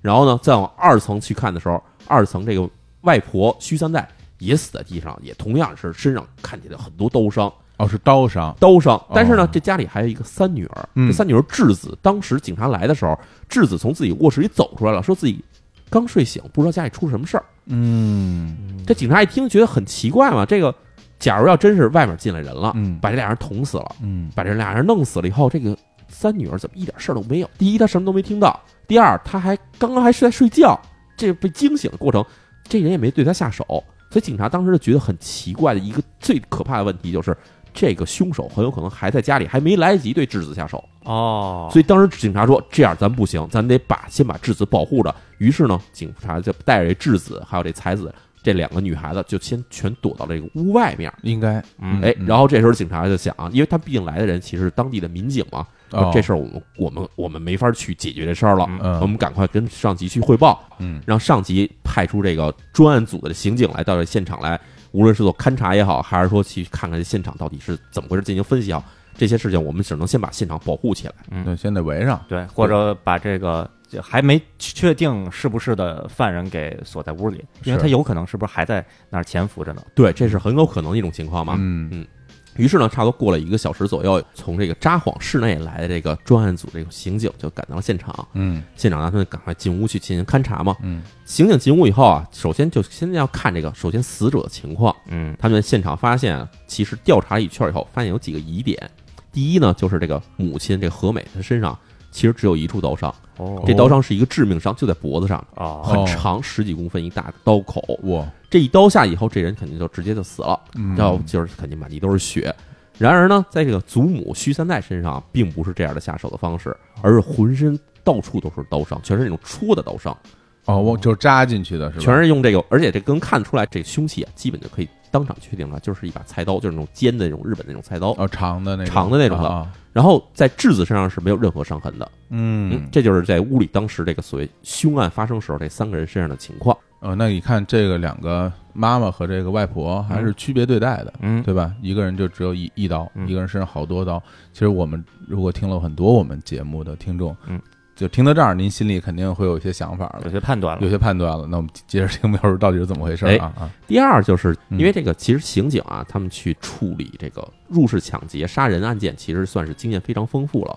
S3: 然后呢，再往二层去看的时候，二层这个外婆须三代也死在地上，也同样是身上看起来很多刀伤。
S2: 哦，是刀伤，
S3: 刀伤。但是呢，这家里还有一个三女儿，
S2: 哦嗯
S3: 这三女儿智子，当时警察来的时候，智子从自己卧室里走出来了，说自己刚睡醒，不知道家里出什么事儿。
S2: 嗯
S3: 这警察一听觉得很奇怪嘛，这个假如要真是外面进来人了，
S2: 嗯
S3: 把这俩人捅死了，
S2: 嗯
S3: 把这俩人弄死了以后，这个三女儿怎么一点事儿都没有？第一，她什么都没听到；第二，她还刚刚还是在睡觉，这被惊醒的过程，这人也没对她下手。所以警察当时就觉得很奇怪的一个最可怕的问题就是，这个凶手很有可能还在家里，还没来得及对质子下手。
S4: 哦，
S3: 所以当时警察说：“这样咱不行，咱得把先把质子保护着。”于是呢，警察就带着这质子还有这才子这两个女孩子，就先全躲到这个屋外面。
S2: 应该，
S4: 嗯
S3: 哎，
S2: 嗯
S3: 然后这时候警察就想啊，因为他毕竟来的人其实是当地的民警嘛，
S2: 哦
S3: 啊这事儿我们我们我们没法去解决这事儿了，
S4: 嗯
S2: 嗯
S3: 我们赶快跟上级去汇报，
S2: 嗯
S3: 让上级派出这个专案组的刑警来到这现场来，无论是做勘查也好，还是说去看看现场到底是怎么回事进行分析也好，这些事情我们只能先把现场保护起来。
S2: 对，先得围上，
S4: 对，或者把这个就还没确定是不是的犯人给锁在屋里，因为
S2: 是
S4: 他有可能是不是还在那儿潜伏着呢？
S3: 对，这是很有可能的一种情况嘛。
S2: 嗯
S3: 于是呢，差不多过了一个小时左右，从这个札幌市内来的这个专案组这个刑警就赶到了现场，
S2: 嗯
S3: 现场让他们赶快进屋去进行勘查嘛。
S2: 嗯
S3: 刑警进屋以后啊，首先就先要看这个，首先死者的情况。
S4: 嗯
S3: 他们现场发现啊，其实调查了一圈以后，发现有几个疑点。第一呢，就是这个母亲这个和美，她身上其实只有一处刀伤，
S4: 哦
S3: 这刀伤是一个致命伤，就在脖子上，
S4: 哦
S3: 很长，十几公分一大刀口。
S2: 我
S3: 这一刀下以后，这人肯定就直接就死了，
S2: 嗯
S3: 要不就是肯定满地都是血。然而呢，在这个祖母须三代身上，并不是这样的下手的方式，而是浑身到处都是刀伤，全是那种戳的刀伤。
S2: 哦，我就扎进去的是吧？
S3: 全是用这个，而且这跟看出来这凶器啊，基本就可以当场确定了，就是一把菜刀，就是那种尖的那种日本那种菜刀。
S2: 哦长的那种
S3: 长的那种的
S2: 啊啊
S3: 然后在质子身上是没有任何伤痕的，
S2: 嗯，
S3: 这就是在屋里当时这个所谓凶案发生时候这三个人身上的情况。
S2: 哦，那你看这个两个妈妈和这个外婆还是区别对待的，
S4: 嗯
S2: 对吧？一个人就只有一一刀，
S4: 嗯
S2: 一个人身上好多刀。其实我们如果听了很多我们节目的听众，
S4: 嗯，
S2: 就听到这儿，您心里肯定会有一些想法
S4: 有
S2: 了，
S4: 些判断
S2: 有
S4: 了，
S2: 些判断了。那我们接着听，到时候到底是怎么回事
S3: 哎
S2: 啊？啊，
S3: 第二就是
S2: 嗯
S3: 因为这个，其实刑警啊，他们去处理这个入室抢劫、杀人案件，其实算是经验非常丰富了。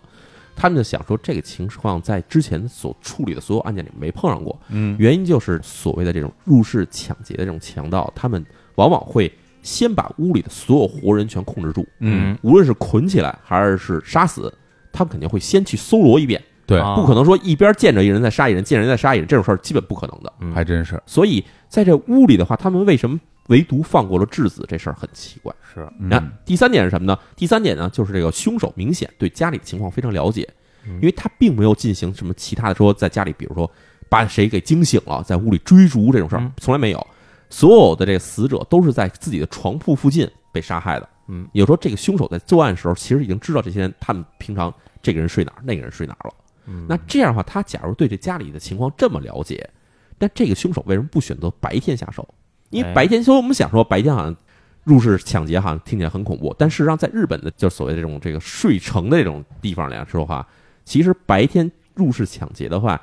S3: 他们就想说，这个情况在之前所处理的所有案件里没碰上过，
S2: 嗯
S3: 原因就是所谓的这种入室抢劫的这种强盗，他们往往会先把屋里的所有活人全控制住，
S2: 嗯，
S3: 无论是捆起来还是杀死，他们肯定会先去搜罗一遍，
S2: 对，
S4: 啊
S3: 不可能说一边见着一人再杀一人，见着人再杀一人，这种事儿基本不可能的。
S4: 嗯
S2: 还真是，
S3: 所以在这屋里的话，他们为什么唯独放过了质子，这事儿很奇怪。
S4: 是嗯
S3: 那、第三点是什么呢？第三点呢，就是这个凶手明显对家里情况非常了解，
S4: 嗯
S3: 因为他并没有进行什么其他的说在家里，比如说把谁给惊醒了，在屋里追逐这种事儿
S4: 嗯，
S3: 从来没有。所有的这个死者都是在自己的床铺附近被杀害的。
S4: 嗯，
S3: 也就是说，这个凶手在作案的时候，其实已经知道这些人他们平常这个人睡哪儿，那个人睡哪儿了。
S4: 嗯
S3: 那这样的话，他假如对这家里的情况这么了解，但这个凶手为什么不选择白天下手？因为
S4: 哎
S3: 白天，所以我们想说白天好像入室抢劫好像听起来很恐怖，但事实上在日本的就是所谓这种这个睡城的这种地方来说的话，其实白天入室抢劫的话，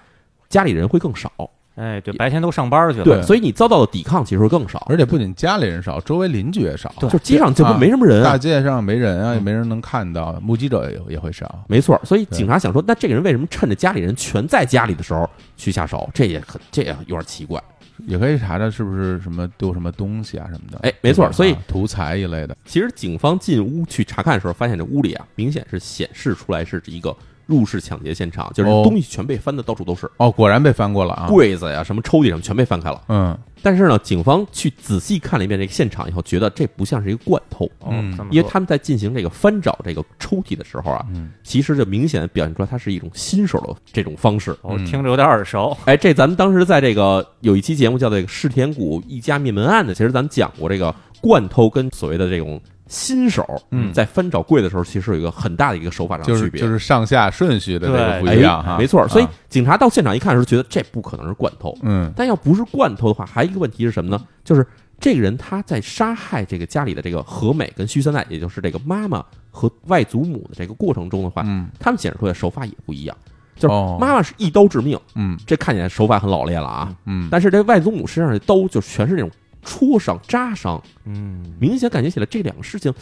S3: 家里人会更少，
S4: 哎，对，白天都上班去了，
S2: 对
S3: 所以你遭到的抵抗其实会更少，
S2: 而且不仅家里人少，周围邻居也少，
S3: 就街上就
S2: 啊
S3: 没什么人啊、嗯
S2: 大街上没人啊，也没人能看到，目击者也也会少。
S3: 没错，所以
S2: 对
S3: 警察想说，那这个人为什么趁着家里人全在家里的时候去下手？这也很，这也有点奇怪。
S2: 也可以查查是不是什么丢什么东西啊什么的。
S3: 哎没错
S2: 对吧
S3: 所以
S2: 啊图财一类的，
S3: 其实警方进屋去查看的时候，发现这屋里啊，明显是显示出来是一个入室抢劫现场，就是
S2: 哦
S3: 东西全被翻的到处都是，
S2: 哦，果然被翻过了啊。
S3: 柜子呀、什么抽屉什么全被翻开了。
S2: 嗯
S3: 但是呢，警方去仔细看了一遍这个现场以后，觉得这不像是一个惯偷，
S4: 哦
S2: 嗯
S4: 这么
S3: 因为
S4: 说
S3: 他们在进行这个翻找这个抽屉的时候啊，
S2: 嗯，
S3: 其实就明显表现出来它是一种新手的这种方式。
S4: 我
S2: 嗯
S4: 听着有点耳熟，
S3: 哎，这咱们当时在这个有一期节目叫这个《世田谷一家灭门案》呢，其实咱们讲过这个惯偷跟所谓的这种新手，
S2: 嗯
S3: 在翻找柜的时候，其实嗯有一个很大的一个手法上的
S2: 就是
S3: 区别，
S2: 就是上下顺序的这个
S4: 对
S2: 不一样哈，
S3: 哎，没错。所以
S2: 啊
S3: 警察到现场一看的时候，觉得这不可能是惯偷，
S2: 嗯
S3: 但要不是惯偷的话，还有一个问题是什么呢？就是这个人他在杀害这个家里的这个和美跟须三代，也就是这个妈妈和外祖母的这个过程中的话，
S2: 嗯
S3: 他们显示出来的手法也不一样，就是
S2: 哦
S3: 妈妈是一刀致命，
S2: 嗯
S3: 这看起来手法很老练了啊。
S2: 嗯，
S3: 但是这外祖母身上的刀就全是那种戳伤、扎伤，
S4: 嗯，
S3: 明显感觉起来这两个事情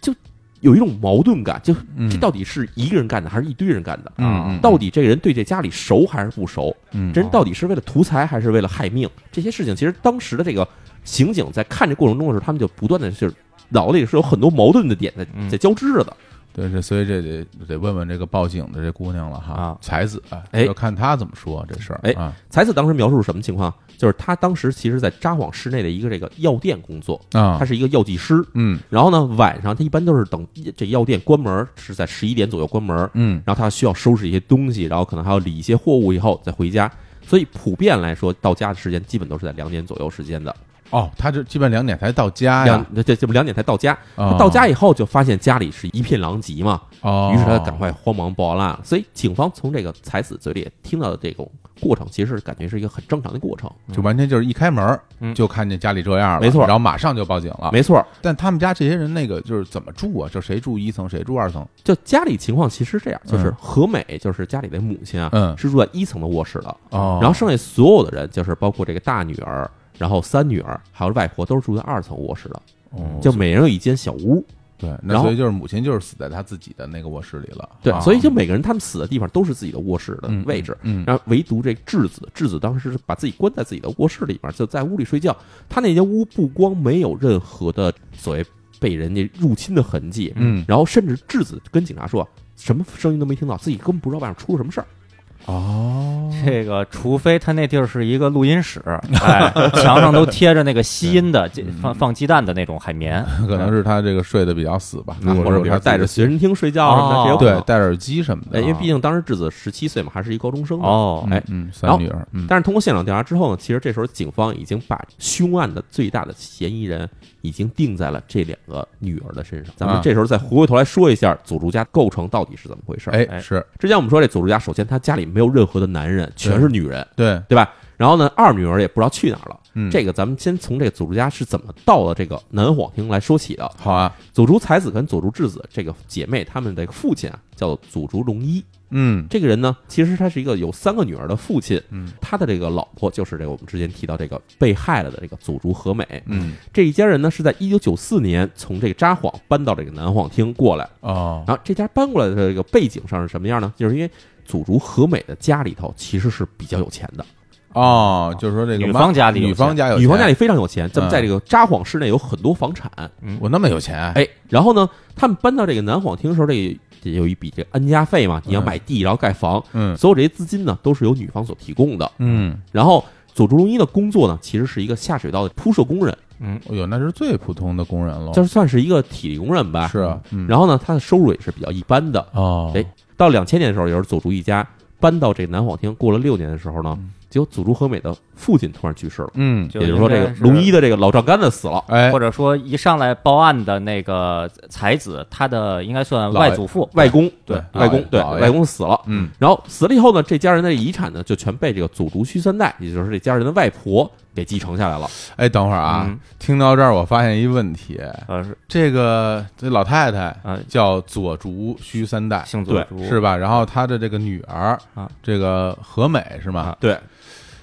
S3: 就有一种矛盾感，就这到底是一个人干的，还是一堆人干的？
S2: 嗯
S3: 啊
S2: 嗯
S3: 到底这个人对这家里熟还是不熟？
S2: 嗯
S3: 这人到底是为了图财还是为了害命？这些事情其实当时的这个刑警在看这过程中的时候，他们就不断的就是脑子里是有很多矛盾的点在
S4: 嗯
S3: 在交织着的。
S2: 对这所以这得得问问这个报警的这姑娘了哈
S4: 啊，
S2: 才子啊，
S3: 哎
S2: 要看她怎么说这事儿
S3: 哎
S2: 啊
S3: 才子当时描述是什么情况？就是他当时其实在札幌市内的一个这个药店工作，
S2: 啊
S3: 他，是一个药剂师。
S2: 嗯
S3: 然后呢，晚上他一般都是等这药店关门儿，是在十一点左右关门儿，
S2: 嗯
S3: 然后他需要收拾一些东西，然后可能还要理一些货物以后再回家。所以普遍来说，到家的时间基本都是在两点左右时间的，
S2: 哦，他这基本两点才到家
S3: 两
S2: 哎呀，哦
S3: 这这不两点才到家。
S2: 他
S3: 他到家以后就发现家里是一片狼藉嘛，
S2: 哦，
S3: 于是他赶快慌忙报案了。所以警方从这个才子嘴里听到的这种过程，其实是感觉是一个很正常的过程。
S2: 就完全就是一开门儿
S4: 嗯
S2: 就看见家里这样了，
S3: 没错
S2: 然后马上就报警了。
S3: 没错，
S2: 但他们家这些人那个就是怎么住啊？就谁住一层，谁住二层？
S3: 就家里情况其实这样，就是
S2: 嗯
S3: 和美，就是家里的母亲啊，
S2: 嗯
S3: 是住在一层的卧室的，
S2: 哦
S3: 然后剩下所有的人，就是包括这个大女儿，然后三女儿，还有外婆，都是住在二层卧室的，
S2: 哦
S3: 就每人有一间小屋。
S2: 对，那
S3: 然后
S2: 所以就是母亲就是死在他自己的那个卧室里了。
S3: 对
S2: 啊，
S3: 所以就每个人他们死的地方都是自己的卧室的
S2: 嗯
S3: 位置。
S2: 嗯
S3: 然后唯独这质子，质子当时是把自己关在自己的卧室里面，就在屋里睡觉。他那间屋不光没有任何的所谓被人家入侵的痕迹，
S2: 嗯
S3: 然后甚至质子跟警察说什么声音都没听到，自己根本不知道外面出了什么事儿。
S2: 哦，
S4: 这个除非他那地儿是一个录音室，哎，墙上都贴着那个吸音的这放放鸡蛋的那种海绵，
S2: 嗯可能是他这个睡得比较死吧，
S3: 啊
S2: 如
S3: 或
S2: 果
S3: 者
S2: 说
S3: 比
S2: 他
S3: 如带着
S2: 自己
S3: 随身听睡觉什么的，这有可
S2: 对
S3: 能。
S2: 戴着耳机什么
S3: 哎，
S2: 的。
S3: 因为毕竟当时质子十七岁嘛，还是一高中生嘛。
S4: 哦，
S3: 哎
S2: 嗯，
S3: 然
S2: 三
S3: 后
S2: 女儿，嗯，
S3: 但是通过现场调查之后呢，其实这时候警方已经把凶案的最大的嫌疑人已经定在了这两个女儿的身上。
S2: 啊
S3: 咱们这时候再回过头来说一下佐助家构成到底是怎么回事。，
S2: 哎
S4: 哎
S2: 是
S3: 之前我们说这佐助家，首先他家里没有任何的男人，全是女人，
S2: 对，
S3: 对吧？然后呢，二女儿也不知道去哪儿了。
S2: 嗯，
S3: 这个咱们先从这个佐助家是怎么到了这个南晃町来说起的。
S2: 好啊，
S3: 佐竹才子跟佐竹智子这个姐妹，她们的父亲啊叫做佐竹龙一。
S2: 嗯
S3: 这个人呢，其实他是一个有三个女儿的父亲，
S2: 嗯，
S3: 他的这个老婆就是这个我们之前提到这个被害了的这个佐竹和美，
S2: 嗯
S3: 这一家人呢是在一九九四年从这个札幌搬到这个南晃町过来，
S2: 哦，
S3: 然后这家搬过来的这个背景上是什么样呢？就是因为佐竹和美的家里头其实是比较有钱的，
S2: 哦，就是说这个
S4: 女
S2: 妈
S4: 方家里有
S2: 女方
S4: 钱
S2: 家有
S3: 女方家
S2: 钱
S3: 里非常有钱，咱们
S2: 嗯
S3: 在这个札幌市内有很多房产，
S2: 我那么有钱，
S3: 哎，然后呢，他们搬到这个南晃町的时候，这个这有一笔这个安家费嘛，你要买地然后盖房，
S2: 嗯
S3: 所有这些资金呢都是由女方所提供的。
S2: 嗯
S3: 然后佐竹龙一的工作呢，其实是一个下水道的铺设工人，
S2: 嗯，哎呦，那是最普通的工人了，
S3: 这算是一个体力工人吧。
S2: 哦是啊，嗯
S3: 然后呢，他的收入也是比较一般的。
S2: 哦，
S3: 哎，到两千年的时候，也是佐助一家搬到这个南晃町，过了六年的时候呢，结果佐助和美的父亲突然去世了，
S2: 嗯，
S4: 就
S3: 也就是说，这
S4: 应
S3: 个
S4: 该是
S3: 龙一的这个老丈杆子死了。
S2: 哎
S4: 或，者说一上来报案的那个才子，他的应该算
S2: 老爷
S4: 外祖父，
S3: 外公
S2: 对
S3: 外
S2: 老
S3: 公
S2: 爷
S3: 对
S2: 老爷
S3: 外公死了，
S2: 嗯，
S3: 然后死了以后呢，这家人的遗产呢就全被这个佐竹须三代，也就是这家人的外婆给继承下来了。
S2: 哎，等会儿啊，
S4: 嗯
S2: 听到这儿，我发现一问题，
S4: 呃是
S2: 这个这老太太
S3: 啊
S4: 呃
S2: 叫佐竹须三代，
S4: 姓佐
S3: 对
S4: 竹，
S2: 是吧？然后她的这个女儿
S4: 啊，
S2: 这个和美是吗
S4: 啊？
S3: 对，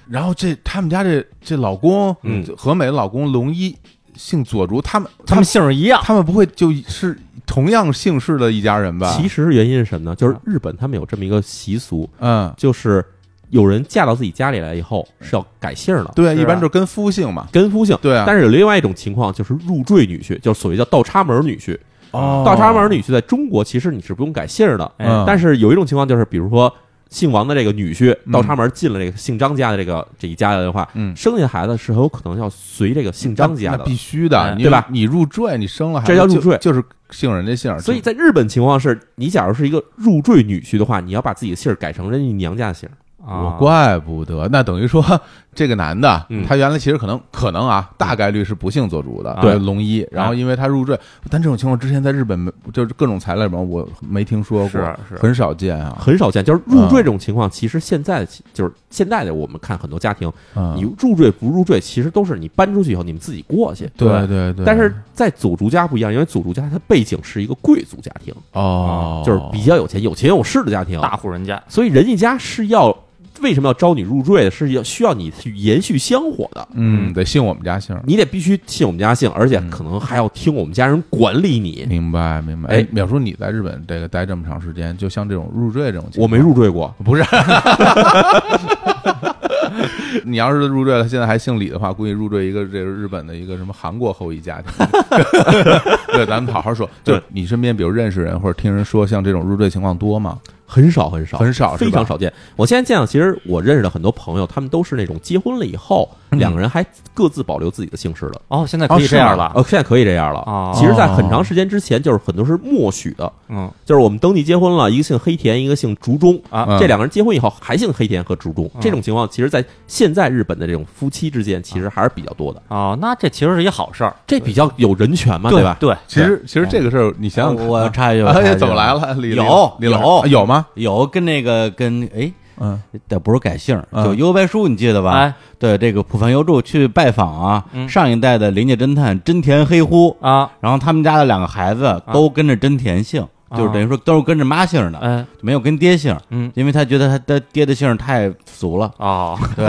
S2: 然后这他们家这这老公，
S3: 嗯
S2: 和美的老公龙一姓佐竹，他们
S4: 他们姓儿一样，
S2: 他们不会就是同样姓氏的一家人吧？啊
S3: 其实原因是什么呢？就是日本他们有这么一个习俗，
S2: 嗯，
S3: 就是有人嫁到自己家里来以后是要改姓的，
S2: 对，
S4: 是啊
S2: 一般就是跟夫姓嘛。
S3: 跟夫姓。
S2: 对啊，
S3: 但是有另外一种情况，就是入赘女婿，就是所谓叫倒插门女婿。
S2: 哦
S3: 倒插门女婿在中国其实你是不用改姓的，
S4: 哎
S2: 嗯
S3: 但是有一种情况就是，比如说姓王的这个女婿
S2: 嗯
S3: 倒插门进了这个姓张家的这个这一家的话，
S2: 嗯
S3: 生下的孩子是很有可能要随这个姓张
S2: 那
S3: 家
S2: 那
S3: 的哎
S2: 必。须的，
S4: 嗯
S2: 你
S3: 对吧
S2: 你入赘，你生了孩子
S3: 这叫入
S2: 就
S3: 赘
S2: 就是姓人家姓儿。
S3: 所以在日本情况是，你假如是一个入赘女婿的话，你要把自己的姓儿改成人家娘家的姓儿。
S2: 我
S4: 啊，
S2: 怪不得，那等于说 这个男的，
S3: 嗯
S2: 他原来其实可能可能啊，大概率是不姓佐竹的，
S3: 对哎
S2: 呃龙一。然后因为他入赘，但这种情况之前在日本没，就是各种材料里面我没听说过，
S4: 是是
S2: 很少见啊。
S3: 很少见，就是入赘这种情况，其实现在就是现在的我们看很多家庭，
S2: 嗯
S3: 你入赘不入赘，其实都是你搬出去以后你们自己过去。
S2: 对对对，
S3: 但是在佐竹家不一样，因为佐竹家它背景是一个贵族家庭，
S2: 哦，
S3: 就是比较有钱、有钱有势的家庭，
S4: 大户人家，
S3: 所以人家家是要为什么要招你入赘的，是要需要你去延续香火的，
S2: 嗯，得姓我们家姓儿。
S3: 你得必须信我们家姓，而且
S2: 嗯
S3: 可能还要听我们家人管理你。
S2: 明白明白。
S3: 哎
S2: 哎，淼叔，你在日本这个待这么长时间，就像这种入赘这种情况，
S3: 我没入赘过，
S2: 不是，你要是入赘了，现在还姓李的话，估计入赘一个这个日本的一个什么韩国后裔家庭。对，咱们好好说。就
S3: 对
S2: 是你身边，比如认识人或者听人说，像这种入赘情况多吗？
S3: 很少很少
S2: 很少，
S3: 非常。少见。我现在见到，其实我认识的很多朋友，他们都是那种结婚了以后，
S2: 嗯
S3: 两个人还各自保留自己的姓氏的。
S4: 哦，现在可
S2: 哦
S4: 以
S2: 是
S4: 这
S2: 吗
S4: 样了，
S3: 哦，现在可以这样了。
S4: 哦
S3: 其实，在很长时间之前，就是很多是默许的，
S4: 嗯，
S3: 就是我们登记结婚了，一个姓黑田，一个姓竹中
S4: 啊
S2: 嗯
S3: 这两个人结婚以后还姓黑田和竹中，
S4: 嗯
S3: 这种情况，其实，在现在日本的这种夫妻之间，其实还是比较多的。
S4: 哦，那这其实是一好事儿，
S3: 这比较有人权
S2: 啊
S3: 嘛，对吧？
S4: 对，
S2: 其实，其实这个事儿，你想想看，
S1: 我我插一句，我插一
S2: 哎，
S1: 句
S2: 怎么来？了？李
S1: 有
S2: 李老师
S1: 有
S2: 啊有吗？
S1: 有跟那个跟哎，
S2: 嗯，
S1: 但不是改姓儿，
S2: 嗯
S1: 就优白书，你记得吧？
S4: 哎
S1: 对，这个浦饭优助去拜访啊，
S4: 嗯
S1: 上一代的邻界侦探真田黑呼，
S4: 啊，
S1: 然后他们家的两个孩子都跟着真田姓，
S4: 啊
S1: 就是等于说都是跟着妈姓的，
S4: 哎，
S1: 没有跟爹姓，
S4: 嗯，
S1: 因为他觉得他他爹的姓太俗了。
S4: 哦，
S1: 对，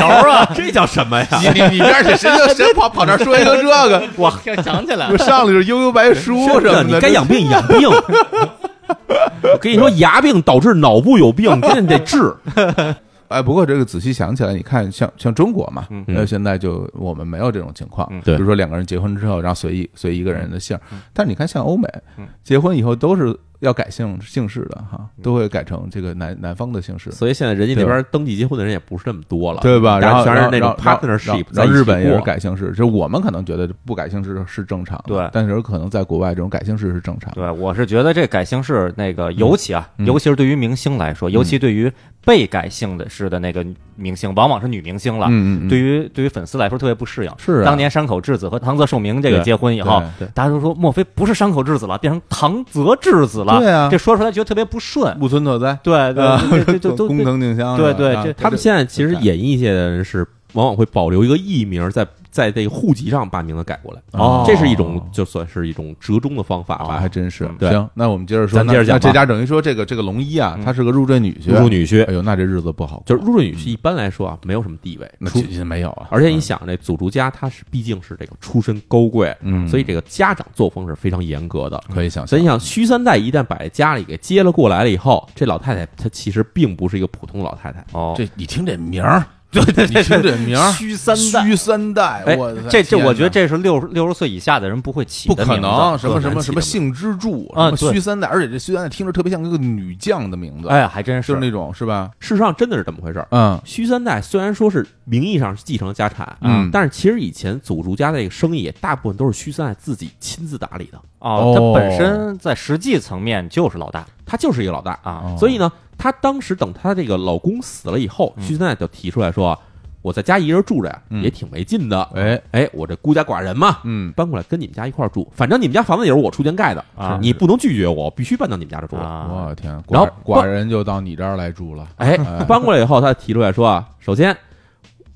S3: 油啊，这叫什么呀？
S2: 你你你这儿去，谁就谁跑跑这儿说一个这个，
S4: 我想起来
S2: 就上来就悠悠白书
S3: 真
S2: 什么
S3: 的，
S2: 的，
S3: 啊你该养病养病。 我跟你说，牙病导致脑部有 病，真的得治。
S2: 哎，不过这个仔细想起来，你看像像中国嘛，
S4: 嗯
S2: 呃，现在就我们没有这种情况，
S4: 嗯
S3: 对
S2: 比如说两个人结婚之后，然后随意随一个人的姓儿，但是你看像欧美，
S4: 嗯
S2: 结婚以后都是要改姓姓氏的哈，都会改成这个男男方的姓氏，
S3: 所以现在人家那边登记结婚的人也不是那么多了，
S2: 对吧？
S3: 大
S2: 然
S3: 家
S2: 后
S3: 全是
S2: 然后
S3: 那种
S2: 然后然后
S3: partnership，
S2: 然
S3: 在
S2: 后
S3: 一起
S2: 日本也是
S3: 过
S2: 改姓氏，就是我们可能觉得不改姓氏是正常的，
S4: 对
S2: 但是有可能在国外这种改姓氏是正常的，
S4: 对，我是觉得这改姓氏那个，尤其啊，
S2: 嗯
S4: 尤其是对于明星来说，尤其对于被改姓的氏的那个明星，往往是女明星了。
S2: 嗯嗯嗯，
S4: 对于对于粉丝来说特别不适应。
S2: 是啊
S4: 当年山口智子和唐泽寿明这个
S3: 对
S4: 结婚以后，
S2: 对
S4: 大家都说莫非不是山口智子了，变成唐泽智子了？
S2: 对啊
S4: 这呃说出来觉得特别不顺。
S2: 木村拓哉，
S4: 对
S2: 啊
S4: 对对对对
S2: 工
S4: 对
S2: 藤静香是吧，
S4: 对对
S2: 啊
S4: 这
S3: 他们现在其实
S2: 对
S3: 演艺界的人是往往会保留一个艺名，在在这个户籍上把名字改过来。
S2: 哦
S3: 这是一种就算是一种折中的方法
S2: 啊，
S3: 吧
S2: 还。真是。
S3: 对
S2: 行，那我们接着说，
S3: 咱接着
S2: 那那
S3: 讲吧
S2: 这家等于说这个这个龙一啊，
S4: 嗯
S2: 他是个入赘女婿，
S3: 入赘女婿
S2: 哎呦，那这日子不好过，
S3: 就是入赘女婿一般来说啊，没有什么地位，
S2: 那
S3: 除
S2: 其实没有啊，
S3: 而且你想，这祖竹家他是毕竟是这个出身高贵，
S2: 嗯，啊
S3: 所以这个家长作风是非常严格的。
S2: 可以想
S3: 所
S2: 象
S3: 以你，想，徐三代一旦把这家里给接了过来了以后，这老太太她其实并不是一个普通老太太，
S4: 哦，
S2: 这你听这名儿，
S4: 对对
S2: 你听这名儿，
S4: 虚三代。
S2: 虚三代，
S4: 哎
S2: 我的，
S4: 这这，
S2: 天
S4: 我觉得
S2: 哪
S4: 这是六六十岁以下的人不会起
S2: 不
S4: 的
S2: 可
S4: 名字
S2: 能，什么什么
S3: 难
S2: 什
S3: 起
S2: 么
S3: 的
S2: 性之柱，
S4: 啊
S2: 什么
S4: 对
S2: 虚三代，而且这虚三代听着特别像一个女将的名字，，
S4: 哎，还真
S2: 就是
S4: 是。
S2: 那种是吧？
S3: 事实上真的是这么回事儿。
S2: 嗯
S3: 徐三代虽然说是名义上是继承家产，啊
S2: 嗯
S3: 但是其实以前祖竹家的这个生意也大部分都是徐三代自己亲自打理的，
S4: 哦，
S2: 哦
S4: 他本身在实际层面就是老大
S3: 他就是一个老大。
S4: 啊
S2: 哦
S3: 所以呢，她当时等她这个老公死了以后，
S4: 嗯
S3: 徐三代就提出来说：“我在家一人住着呀，
S2: 嗯
S3: 也挺没劲的。
S2: 哎，
S3: 哎，我这孤家寡人嘛，
S2: 嗯，
S3: 搬过来跟你们家一块儿住。反正你们家房子也是我出钱盖的，
S4: 啊
S3: 你不能拒绝我，必须搬到你们家这住。
S4: 啊！
S2: 哦我的天，
S3: 然后
S2: 寡寡人就到你这儿来住了，
S3: 哎
S2: 哎，
S3: 搬过来以后，她提出来说啊，首先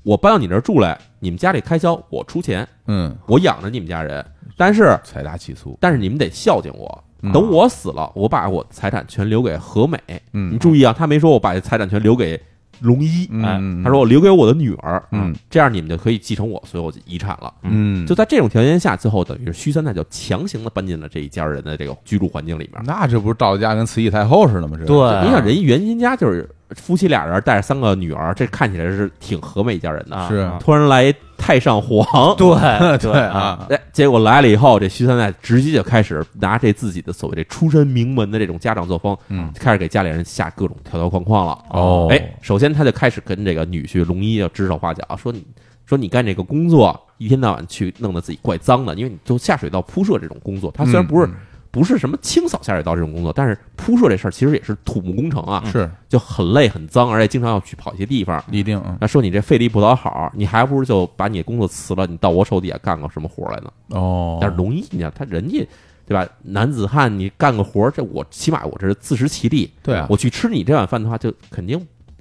S3: 我搬到你这儿住来，你们家里开销我出钱，
S2: 嗯，
S3: 我养着你们家人，但是
S2: 财大气粗，
S3: 但是你们得孝敬我。”
S2: 嗯
S3: 等我死了，我把我财产全留给和美。你
S2: 嗯
S3: 注意啊，他没说我把财产全留给龙一，
S4: 哎
S2: 嗯，
S3: 他说我留给我的女儿，啊
S2: 嗯，
S3: 这样你们就可以继承我所有遗产了。
S2: 嗯，
S3: 就在这种条件下，最后等于是徐三代就强行的搬进了这一家人的这个居住环境里面。
S2: 那这不是道家跟慈禧太后似的吗？这
S4: 对
S3: 你想，人原先家就是夫妻俩人带着三个女儿，这看起来是挺和美一家人的。
S4: 啊
S2: 是
S4: 啊
S3: 突然来一太上皇，
S4: 对
S2: 对
S4: 啊，
S2: 啊，
S3: 哎，结果来了以后，这徐三代直接就开始拿这自己的所谓这出身名门的这种家长作风，
S2: 嗯，
S3: 开始给家里人下各种条条框框了。
S2: 哦
S3: 哎，首先他就开始跟这个女婿龙一就指手画脚，说你说你干这个工作，一天到晚去弄得自己怪脏的，因为你做下水道铺设这种工作，它虽然不是、
S2: 嗯
S3: 不是什么清扫下水道这种工作，但是铺设这事儿其实也是土木工程啊，
S2: 是
S4: 嗯
S3: 就很累很脏，而且经常要去跑一些地方。
S2: 一定，嗯
S3: 那说你这费力不讨好，你还不如就把你的工作辞了，你到我手底下干个什么活儿来呢？
S2: 哦，
S3: 但是龙一，你看他人家，对吧？男子汉，你干个活儿，这我起码我这是自食其力。
S2: 对啊
S3: 我去吃你这碗饭的话，就肯定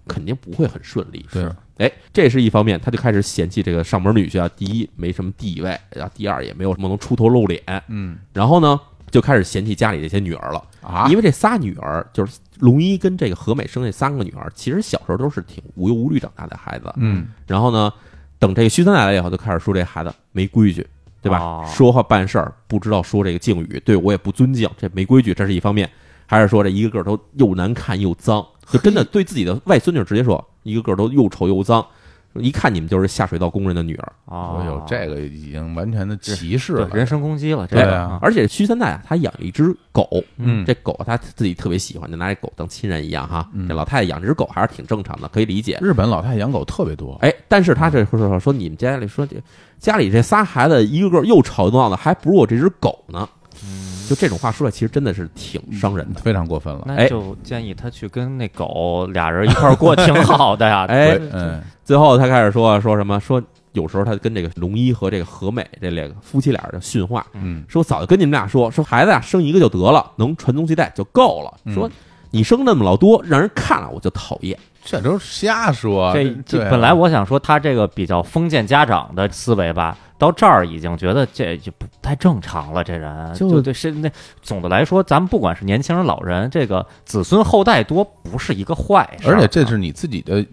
S3: 肯定不会很顺利。
S2: 对，
S3: 哎，这是一方面，他就开始嫌弃这个上门女婿啊，第一没什么地位，然后第二也没有什么能出头露脸，
S2: 嗯
S3: 然后呢。就开始嫌弃家里这些女儿了，
S2: 啊
S3: 因为这仨女儿就是龙一跟这个和美生这三个女儿，其实小时候都是挺无忧无虑长大的孩子。
S2: 嗯
S3: 然后呢，等这个徐三奶来了以后，就开始说这孩子没规矩，对吧？
S4: 哦
S3: 说话办事儿不知道说这个敬语，对我也不尊敬，这没规矩，这是一方面。还是说这一个个都又难看又脏，就真的对自己的外孙女直接说，一个个都又丑又脏，一看你们就是下水道工人的女儿。
S4: 哦，
S2: 哎呦，这个已经完全的歧视了
S4: 对，人身攻击了，这
S2: 对
S4: 个
S2: 啊，
S3: 而且徐三代啊，他养一只狗，
S2: 嗯
S3: 这狗他自己特别喜欢，就拿这狗当亲人一样哈
S2: 嗯。
S3: 这老太太养只狗还是挺正常的，可以理解。
S2: 日本老太太养狗特别多，
S3: 哎，但是他这说说说你们家里说这家里这仨孩子一个个又吵又闹的，还不如我这只狗呢。
S2: 嗯
S3: 就这种话说来，其实真的是挺伤人的。
S2: 非常过分了。
S4: 那
S3: 哎
S4: 就建议他去跟那狗俩人一块儿过，挺好 的呀。
S3: 哎，
S2: 嗯，
S3: 最后他开始说说什么？说有时候他跟这个龙一和这个和美这两个夫妻俩就训话，
S2: 嗯
S3: 说早就跟你们俩说，说孩子啊生一个就得了，能传宗接代就够
S2: 嗯
S3: 了。说你生那么老多，让人看了我就讨厌。
S2: 这都是瞎说。
S4: 这这
S2: 对啊
S4: 本来我想说他这个比较封建家长的思维吧，到这儿已经觉得这就不太正常了。这人
S3: 就
S4: 对是那总的来说，咱们不管是年轻人、老人，这个子孙后代多不是一个坏事儿。啊
S2: 而且这是你自己的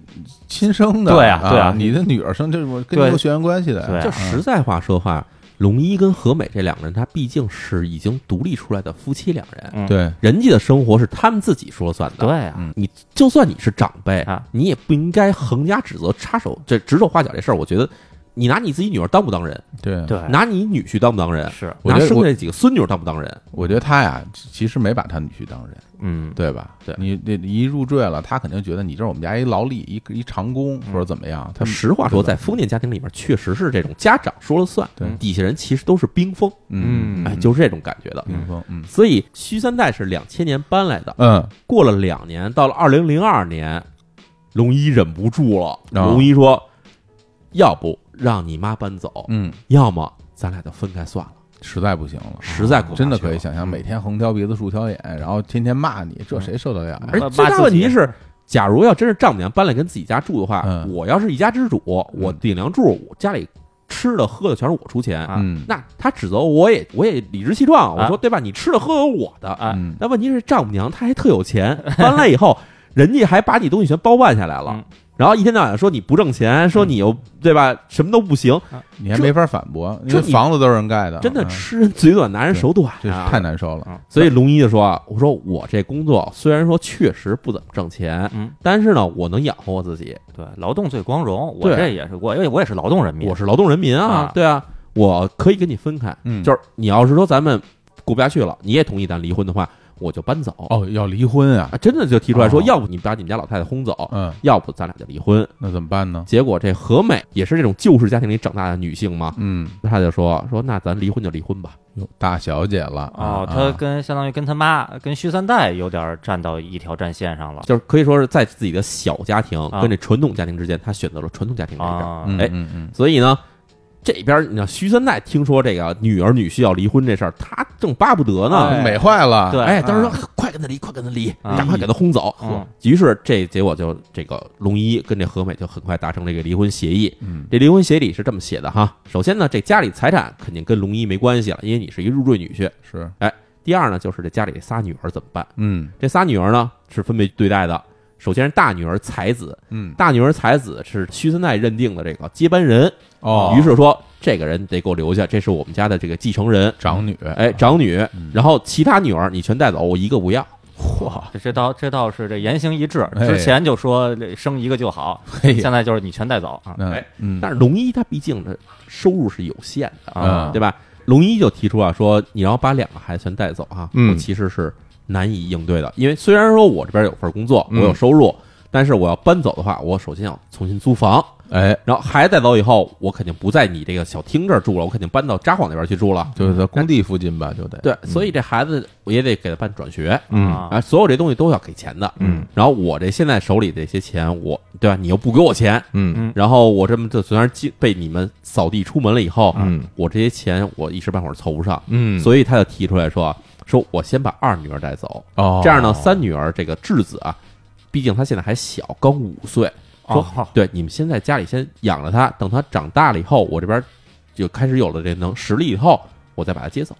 S2: 亲生的，
S4: 对啊
S2: 啊，
S4: 对啊
S2: 你的女儿生，这我跟你
S4: 对
S2: 有血缘关系的，
S4: 对啊
S3: 就实在话说话，龙一跟和美这两个人，他毕竟是已经独立出来的夫妻两人，
S4: 嗯
S2: 对，
S3: 人家的生活是他们自己说了算的。
S4: 对啊，
S2: 嗯
S3: 你就算你是长辈
S4: 啊，
S3: 你也不应该横加指责、插手这指手画脚这事儿。我觉得，你拿你自己女儿当不当人，
S2: 对，
S4: 对，
S3: 拿你女婿当不当人，
S4: 哎是
S2: 我
S3: 拿
S2: 觉得
S3: 生
S2: 我
S3: 下来几个孙女儿当不当人？
S2: 我觉得他呀，其实没把他女婿当人，
S4: 嗯，
S2: 对吧？
S3: 对
S2: 你你你一入赘了，他肯定觉得你这是我们家一劳力，一一长工或者怎么样。他
S3: 嗯实话说，
S2: 对
S3: 在
S2: 吧
S3: 封建家庭里面，确实是这种家长说了算
S2: 对，
S3: 底下人其实都是冰封，
S2: 嗯，
S4: 嗯
S3: 哎，就是这种感觉的。
S2: 屏风，嗯
S3: 所以徐三代是两千年搬来的，
S2: 嗯，
S3: 过了两年，到了二零零二年，龙一忍不住了，
S2: 啊
S3: 龙一说：“要不让你妈搬走，
S2: 嗯，
S3: 要么咱俩就分开
S4: 啊
S3: 算了。”
S2: 实在不行了，
S3: 实在过不下去
S2: 真
S3: 了
S2: 的可以想象，每天横挑鼻子竖挑眼，然后天天骂你，这谁受得了呀
S3: 嗯而？
S4: 呃
S3: 哎最
S4: 骂
S3: 大
S4: 自
S3: 问题
S4: 己
S3: 是，假如要真是丈母娘搬来跟自己家住的话，
S2: 嗯
S3: 我要是一家之主，我顶梁柱，我家里吃的喝的全是我出钱，
S4: 啊
S2: 嗯
S3: 那他指责我也我也理直气壮，
S4: 啊
S3: 我说对吧？你吃的喝的我的，
S4: 啊
S2: 嗯，
S3: 那问题是丈母娘她还特有钱，搬来以后。人家还把你东西全包办下来了，
S4: 嗯
S3: 然后一天到晚说你不挣钱，说你又对吧，什么都不行，
S4: 嗯
S2: 你还没法反驳，因
S3: 这
S2: 为
S3: 你
S2: 房子都是人盖的，
S3: 真的
S2: 嗯
S3: 吃人嘴短，拿人手短
S2: 这
S3: 啊！
S2: 是太难受了。
S3: 所以龙一就说啊：“我说我这工作虽然说确实不怎么挣钱，
S4: 嗯，
S3: 但是呢，我能养活我自己，
S4: 对，劳动最光荣，我
S3: 对
S4: 这也是我，因为我也是劳动人民，
S3: 我是劳动人民啊，
S4: 啊
S3: 对啊，我可以跟你分开。
S2: 嗯，
S3: 就是是你要是说咱们过不下去了，你也同意咱离婚的话，我就搬走。
S2: 哦，要离婚啊
S3: 啊，，真的就提出来说，
S2: 哦
S3: 要不你把你们家老太太轰走，
S2: 嗯，
S3: 要不咱俩就离婚。
S2: 那怎么办呢？
S3: 结果这何美也是这种旧式家庭里长大的女性嘛，
S2: 嗯，
S3: 她就说说那咱离婚就离婚吧。
S2: 哟大小姐了啊
S4: 哦，他
S2: 啊
S4: 跟相当于跟他妈跟徐三代有点站到一条战线上了
S3: 就是可以说是在自己的小家庭
S4: 啊
S3: 跟这传统家庭之间，她选择了传统家庭这一边。
S4: 啊，
S2: 嗯
S3: 哎
S2: 嗯嗯，
S3: 所以呢，这边你知道徐三代听说这个女儿女婿要离婚这事儿，他正巴不得呢。
S2: 美坏了，
S4: 哎对
S3: 哎，当时说快跟他离，快跟他离，
S4: 啊
S3: 赶快给他轰走。
S4: 嗯
S3: 于是这结果就这个龙一跟这何美就很快达成这个离婚协议。
S2: 嗯
S3: 这离婚协议里是这么写的哈，首先呢，这家里财产肯定跟龙一没关系了，因为你是一入赘女婿。
S2: 是，
S3: 第二呢，就是这家里仨女儿怎么办？
S2: 嗯
S3: 这仨女儿呢是分别对待的。首先是大女儿才子，
S2: 嗯，
S3: 大女儿才子是徐三代认定的这个接班人，
S2: 哦，
S3: 于是说这个人得给我留下，这是我们家的这个继承人，
S2: 长女，
S3: 哎，长女
S2: 嗯，
S3: 然后其他女儿你全带走，我一个不要。
S2: 嚯，
S4: 这这倒这倒是这言行一致，
S2: 哎
S4: 之前就说这生一个就好，
S2: 嘿哎呀
S4: 现在就是你全带走啊
S2: 嗯
S3: 哎
S2: 嗯
S3: 但是龙一他毕竟这收入是有限的，
S2: 啊
S3: 对吧？龙一就提出啊，说你要把两个孩子全带走啊，
S2: 嗯
S3: 我其实是难以应对的，因为虽然说我这边有份工作，我
S2: 嗯
S3: 有收入，但是我要搬走的话，我首先要重新租房，
S2: 哎，
S3: 然后孩子带走以后，我肯定不在你这个小厅这儿住了，我肯定搬到札幌那边去住了。
S2: 就是在工地附近吧，就得
S3: 对，所以这孩子我也得给他办转学，
S2: 嗯
S3: 啊，
S4: 啊，
S3: 所有这东西都要给钱的。
S2: 嗯，
S3: 然后我这现在手里这些钱，我对吧？你又不给我钱，
S2: 嗯
S3: 然后我这么就虽然进被你们扫地出门了以后，
S2: 嗯
S3: 我这些钱我一时半会儿凑不上，
S2: 嗯，以
S3: 所以他就提出来说，啊说我先把二女儿带走，
S2: 哦，
S3: 这样呢，三女儿这个质子啊，毕竟她现在还小，刚五岁，说、
S4: 哦
S3: 对你们先在家里先养着她，等她长大了以后，我这边就开始有了这能实力以后，我再把她接走。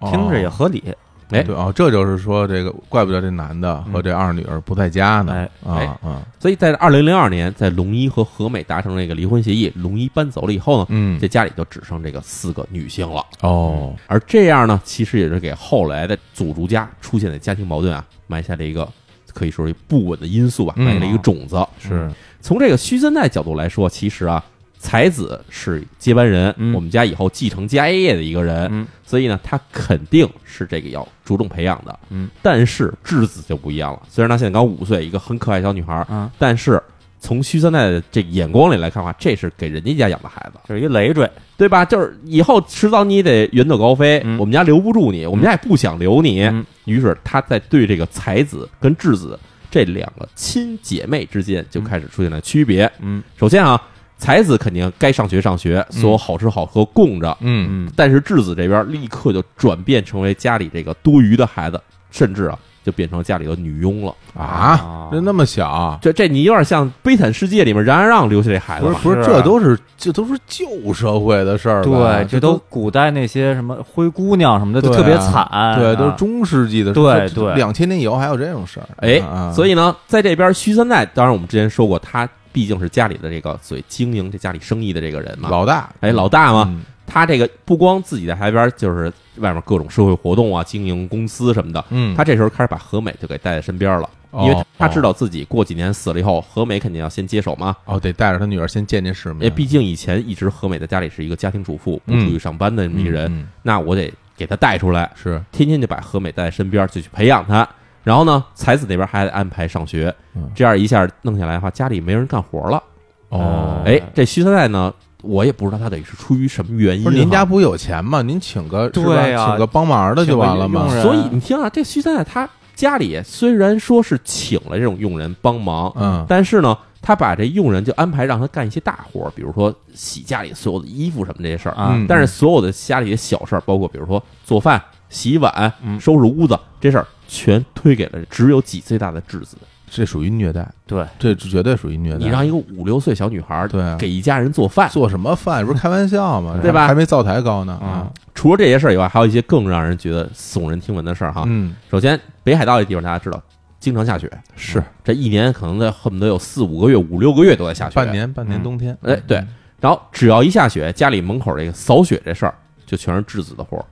S2: 哦
S4: 听着也合理，
S3: 哎嗯
S2: 对哦，这就是说这个，怪不得这男的和这二女儿不在家呢
S4: 哎，
S2: 啊
S3: 哎
S2: 啊，
S3: 所以在二零零二年，在龙一和和美达成这个离婚协议，龙一搬走了以后呢，
S2: 嗯
S3: 这，家里就只剩这个四个女性了。
S2: 哦，
S3: 而这样呢，其实也是给后来的祖族家出现的家庭矛盾啊，埋下了一个可以说是不稳的因素吧，
S2: 嗯
S3: 埋下了一个种子。
S2: 是，
S3: 从这个须三代角度来说，其实啊，才子是接班人，
S4: 嗯
S3: 我们家以后继承家业的一个人，
S4: 嗯
S3: 所以呢，他肯定是这个要着重培养的。
S4: 嗯，
S3: 但是质子就不一样了，虽然她现在刚五岁，一个很可爱小女孩儿，
S4: 嗯
S3: 但是从须三代的这个眼光里来看的话，这是给人家家养的孩子。
S4: 就是一累赘，
S3: 对吧？就是以后迟早你得远走高飞，
S4: 嗯
S3: 我们家留不住你，我们家也不想留你。
S4: 嗯
S3: 于是他在对这个才子跟质子这两个亲姐妹之间就开始出现了区别。
S4: 嗯
S3: 首先啊，才子肯定该上学上学，所有好吃好喝供着，
S2: 嗯
S4: 嗯
S3: 但是质子这边立刻就转变成为家里这个多余的孩子，甚至啊就变成家里的女佣了。
S2: 啊，这那么小啊，
S3: 这这你有点像《悲惨世界》里面冉冉让留下这孩子啊
S2: 不
S3: 吧
S2: 是？不是，
S4: 是
S2: 这都是这都是旧社会的事儿吧，
S4: 对，这
S2: 都
S4: 都古代那些什么灰姑娘什么的，就
S2: 对啊
S4: 特别惨，
S2: 对，都
S4: 啊
S2: 是中世纪的事儿，
S4: 对对
S2: 两千年以后还有这种事儿，
S3: 哎，
S2: 啊
S3: 所以呢，在这边徐三代，当然我们之前说过，他毕竟是家里的这个所谓经营这家里生意的这个人嘛，
S2: 老大，
S3: 哎，老大嘛，
S2: 嗯
S3: 他这个不光自己在海边，就是外面各种社会活动啊，经营公司什么的。
S2: 嗯，
S3: 他这时候开始把何美就给带在身边了，
S2: 哦
S3: 因为他知道自己过几年死了以后，何美肯定要先接手嘛。
S2: 哦，得带着他女儿先见见世
S3: 因为
S2: 面，
S3: 哎毕竟以前一直何美在家里是一个家庭主妇，不
S2: 嗯
S3: 出去上班的这么一人，
S2: 嗯嗯
S3: 那我得给她带出来，
S2: 是
S3: 天天就把何美带在身边，就去培养她。然后呢，才子那边还得安排上学
S2: 嗯，
S3: 这样一下弄下来的话，家里没人干活了。
S2: 哦，
S3: 哎，这徐三代呢，我也不知道他得是出于什么原因啊
S2: 不
S3: 哈。
S2: 是您家不有钱吗？您请个是吧
S4: 对
S3: 啊
S4: 呀
S2: 请个帮忙的就完了吗
S4: 请个？佣人
S3: 所以你听啊，这徐三代他家里虽然说是请了这种佣人帮忙，
S2: 嗯，
S3: 但是呢，他把这佣人就安排让他干一些大活儿，比如说洗家里所有的衣服什么这些事儿。
S4: 啊
S2: 嗯
S3: 但是所有的家里的小事儿，包括比如说做饭、洗碗、
S4: 嗯
S3: 收拾屋子这事儿，全推给了只有几岁大的质子。
S2: 这属于虐待，
S4: 对，
S2: 这绝对属于虐待。
S3: 你让一个五六岁小女孩儿
S2: 对啊
S3: 给一家人做饭，
S2: 做什么饭？不是开玩笑吗？
S3: 对吧
S2: 还没灶台高呢
S4: 嗯
S2: 啊！
S3: 除了这些事儿以外，还有一些更让人觉得耸人听闻的事儿哈。
S2: 嗯
S3: 首先，北海道这地方大家知道，经常下雪，嗯
S2: 是
S3: 这一年可能在恨不得有四五个月、五六个月都在下雪，
S2: 半。年半年
S1: 嗯
S2: 冬天，
S3: 哎，对，然后只要一下雪，家里门口这个扫雪这事儿就全是质子的活儿。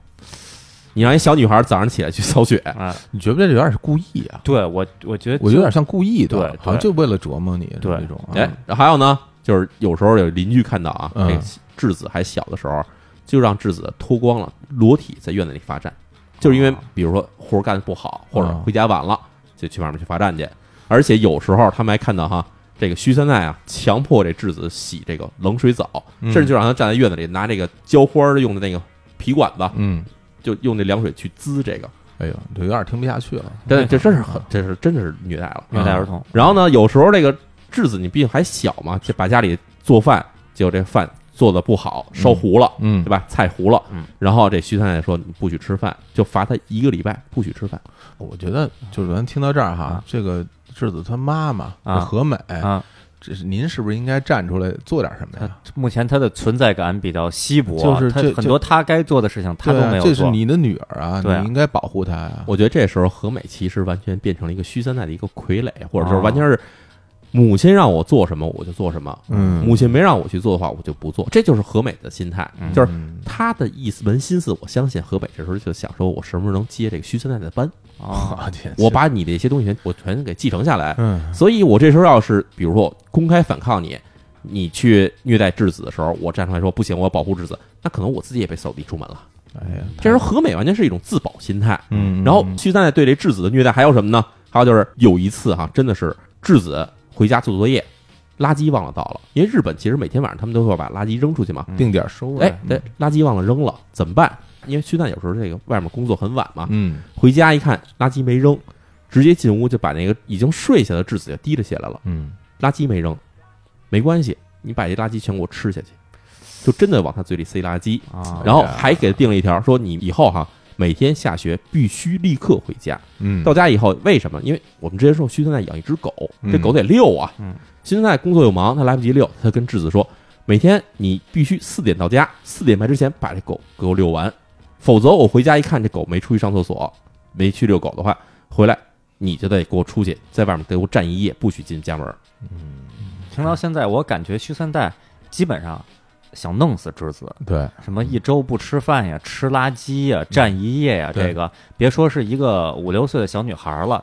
S3: 你让一小女孩早上起来去扫雪，
S4: 啊，
S2: 你觉不觉得有点是故意啊？
S4: 对我我觉得
S2: 我觉得有点像故意的，
S4: 对
S2: 好像就为了折磨你
S4: 对
S2: 那种啊。
S3: 哎，然后还有呢，就是有时候有邻居看到啊，
S2: 嗯
S3: 这个质子还小的时候，就让质子脱光了，裸体在院子里罚站，就是因为
S2: 哦
S3: 比如说活儿干得不好，或者
S2: 嗯
S3: 回家晚了，就去外面去罚站去。而且有时候他们还看到哈，这个徐三奈啊，强迫这质子洗这个冷水澡，
S2: 嗯
S3: 甚至就让他站在院子里拿这个浇花儿用的那个皮管子，
S2: 嗯，
S3: 就用那凉水去滋这个，
S2: 哎呦，这有点听不下去了。嗯
S3: 这这真是很，这是真的是虐待了。啊
S4: 啊虐待儿童，
S3: 然后呢，有时候这个质子你毕竟还小嘛，就把家里做饭，结果这饭做的不好，烧糊了，
S2: 嗯
S3: 对，吧？菜糊了，
S4: 嗯
S3: 然后这徐太太说你不许吃饭，就罚他一个礼拜不许吃饭。
S2: 我觉得就是咱听到这儿哈
S4: 啊，
S2: 这个质子他妈妈
S4: 啊
S2: 和美，
S4: 啊，
S2: 这是您是不是应该站出来做点什么呀？
S4: 目前他的存在感比较稀薄，
S2: 哎就是
S4: 他
S2: 这
S4: 很多他该做的事情他
S2: 对
S4: 都
S2: 啊
S4: 没有做。
S2: 这是你的女儿啊，你
S4: 对啊
S2: 应该保护她呀。
S3: 我觉得这时候何美其实完全变成了一个徐三奈的一个傀儡，或
S4: 啊
S3: 者就是完全是母亲让我做什么我就做什么，
S2: 嗯，
S3: 母亲没让我去做的话我就不做，这就是何美的心态，
S4: 嗯
S3: 就是。
S2: 嗯
S3: 他的意思扪心思，我相信何北这时候就想说，我什么时候能接这个徐三奈的班？
S4: 啊，
S2: 好天
S3: 我把你的一些东西全我全给继承下来，
S2: 嗯
S3: 所以我这时候要是比如说我公开反抗你，你去虐待质子的时候，我站出来说不行，我要保护质子，那可能我自己也被扫地出门了。
S2: 哎呀，
S3: 这时候何美完全是一种自保心态。
S2: 嗯，
S3: 然后
S2: 嗯
S3: 徐三奈对这质子的虐待还有什么呢？还有就是有一次哈、真的是质子回家做作业，垃圾忘了倒了，因为日本其实每天晚上他们都会把垃圾扔出去嘛。
S2: 定点收
S3: 哎
S2: 来，，
S3: 对，垃圾忘了扔了怎么办？因为徐蛋有时候这个外面工作很晚嘛，
S2: 嗯
S3: 回家一看垃圾没扔，直接进屋就把那个已经睡下的质子就提了起来了。
S2: 嗯，
S3: 垃圾没扔，没关系，你把这垃圾全给我吃下去，就真的往他嘴里塞垃圾，
S4: 啊
S3: 然后还给他定了一条，说你以后哈、每天下学必须立刻回家。
S2: 嗯，
S3: 到家以后，为什么？因为我们之前说徐存在养一只狗，
S2: 嗯
S3: 这狗得遛啊。
S4: 嗯
S3: 徐存在工作又忙，他来不及遛，他跟质子说，每天你必须四点到家，四点半之前把这狗给我遛完，否则我回家一看这狗没出去上厕所，没去遛狗的话，回来你就得给我出去，在外面给我站一夜，不许进家门。
S4: 听到现在，我感觉徐三代基本上想弄死质子，
S2: 对，
S4: 什么一周不吃饭呀，吃垃圾呀，站一夜呀，
S2: 对
S4: 这个别说是一个五六岁的小女孩了，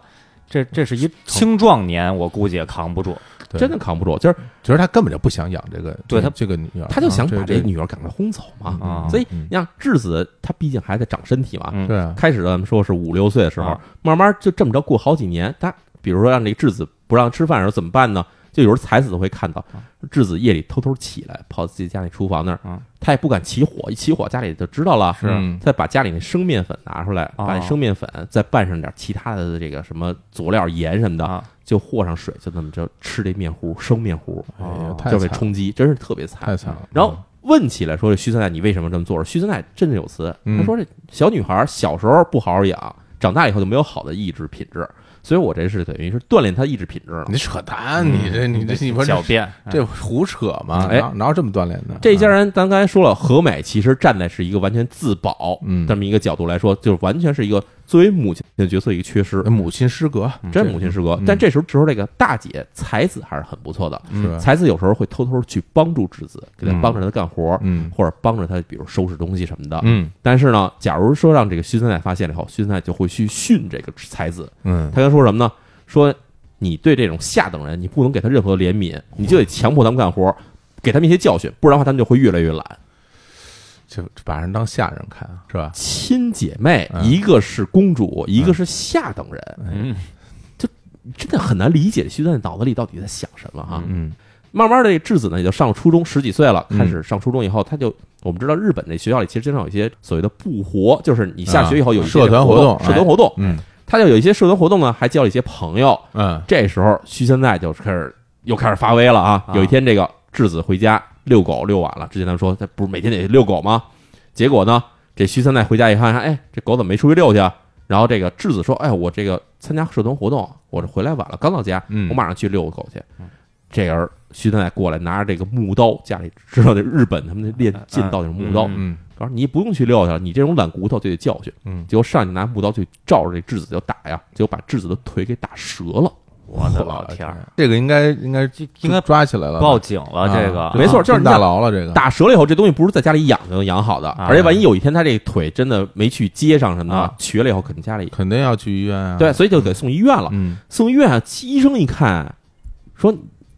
S4: 这这是一青壮年，我估计也扛不住。
S2: 对
S3: 真的扛不住，就是
S2: 其实他根本就不想养这个，
S4: 对他
S2: 这个女儿，
S3: 他就想
S2: 啊
S3: 把
S2: 这
S3: 这女儿赶快轰走嘛。
S4: 啊
S3: 所以
S2: 嗯
S3: 让质子她毕竟还在长身体嘛，
S4: 嗯
S2: 对啊，
S3: 开始咱们说是五六岁的时候
S4: 啊，
S3: 慢慢就这么着过好几年。她比如说让这个质子不让吃饭的时候怎么办呢？就有时候才子会看到
S2: 啊
S3: 质子夜里偷偷起来跑自己家里厨房那儿
S4: 嗯，
S3: 他也不敢起火，一起火家里就知道了。
S2: 是啊嗯
S3: 再把家里那生面粉拿出来，
S4: 哦
S3: 把那生面粉再拌上点其他的这个什么佐料、盐什么的，
S4: 啊，
S3: 就和上水，就这么着吃这面糊，生面糊
S2: 哎呀
S4: 哦，
S2: 太
S3: 就被
S2: 惨
S3: 冲击，真是特别惨
S2: 太。惨了。
S3: 然后问起来说：“这徐三奈，你为什么这么做？”徐三奈振振有词，
S2: 嗯
S3: 他说：“这小女孩小时候不好好养，长大以后就没有好的意志品质，所以我这是等于是锻炼她意志品质了。
S2: 你扯淡，你这你这你不是
S4: 狡辩，
S2: 这胡扯嘛？
S3: 哎
S2: 哪哪有这么锻炼的？
S3: 这家人，咱刚才说了，和美其实站在是一个完全自保
S2: 嗯
S3: 这么一个角度来说，就是完全是一个作为母亲的角色一个缺失
S2: 那，啊母亲失格，
S3: 真母亲失格
S2: 嗯。
S3: 但这时候，时候这个大姐才子还是很不错的，
S2: 是吧？
S3: 才子有时候会偷偷去帮助质子，给她
S2: 嗯
S3: 帮着她干活，
S2: 嗯
S3: 或者帮着她，比如收拾东西什么的。
S2: 嗯
S3: 但是呢，假如说让这个徐三奈发现了以后，徐三奈就会去训这个才子。
S2: 嗯
S3: 他跟他说什么呢？说你对这种下等人，你不能给他任何怜悯，你就得强迫他们干活，给他们一些教训，不然的话他们就会越来越懒。
S2: 就把人当下人看，啊是吧？
S3: 亲姐妹，
S2: 嗯
S3: 一个是公主，一个是下等人，
S4: 嗯，
S3: 真的很难理解徐三奈脑子里到底在想什么哈。
S2: 嗯
S3: 慢慢的，这质子呢也就上了初中，十几岁了，
S2: 嗯
S3: 开始上初中以后，他就我们知道日本这学校里其实经常有一些所谓的部活，就是你下学以后有一些
S2: 啊社团活
S3: 活
S2: 动
S3: 社团活动，
S2: 嗯
S3: 他就有一些社团活动呢，还交了一些朋友。
S2: 嗯
S3: 这时候徐三代就开始又开始发威了啊！
S4: 啊
S3: 有一天，这个质子回家遛狗遛晚了，之前咱们说他不是每天得遛狗吗？结果呢，这徐三代回家一看，哎，这狗怎么没出去遛去啊？然后这个质子说：“哎，我这个参加社团活动，我这回来晚了，刚到家，
S2: 嗯
S3: 我马上去遛狗去。这人徐三代过来拿着这个木刀，家里知道这日本他们那练
S4: 嗯
S3: 剑道那种木刀，
S4: 嗯
S2: 嗯，
S3: 我说你不用去撂下，你这种懒骨头就得教训。
S5: 嗯
S3: 结果上去拿木刀去照着这质子就打呀，结果把质子的腿给打折了。
S4: 我的老天儿，
S2: 这个应该应该
S4: 应该
S2: 抓起来了吧，
S4: 报警
S2: 啊
S4: 了，这个
S3: 没错就是
S2: 进
S3: 你
S2: 大
S3: 看
S2: 牢了。这个
S3: 打折了以后，这东西不是在家里养就能养好的，
S4: 啊
S3: 而且万一有一天他这腿真的没去接上什么的
S4: 啊，嗯
S3: 瘸了以后肯定家里
S2: 肯定要去医院啊。
S3: 对，，所以就得送医院了。
S2: 嗯
S3: 送医院，医生一看，说：“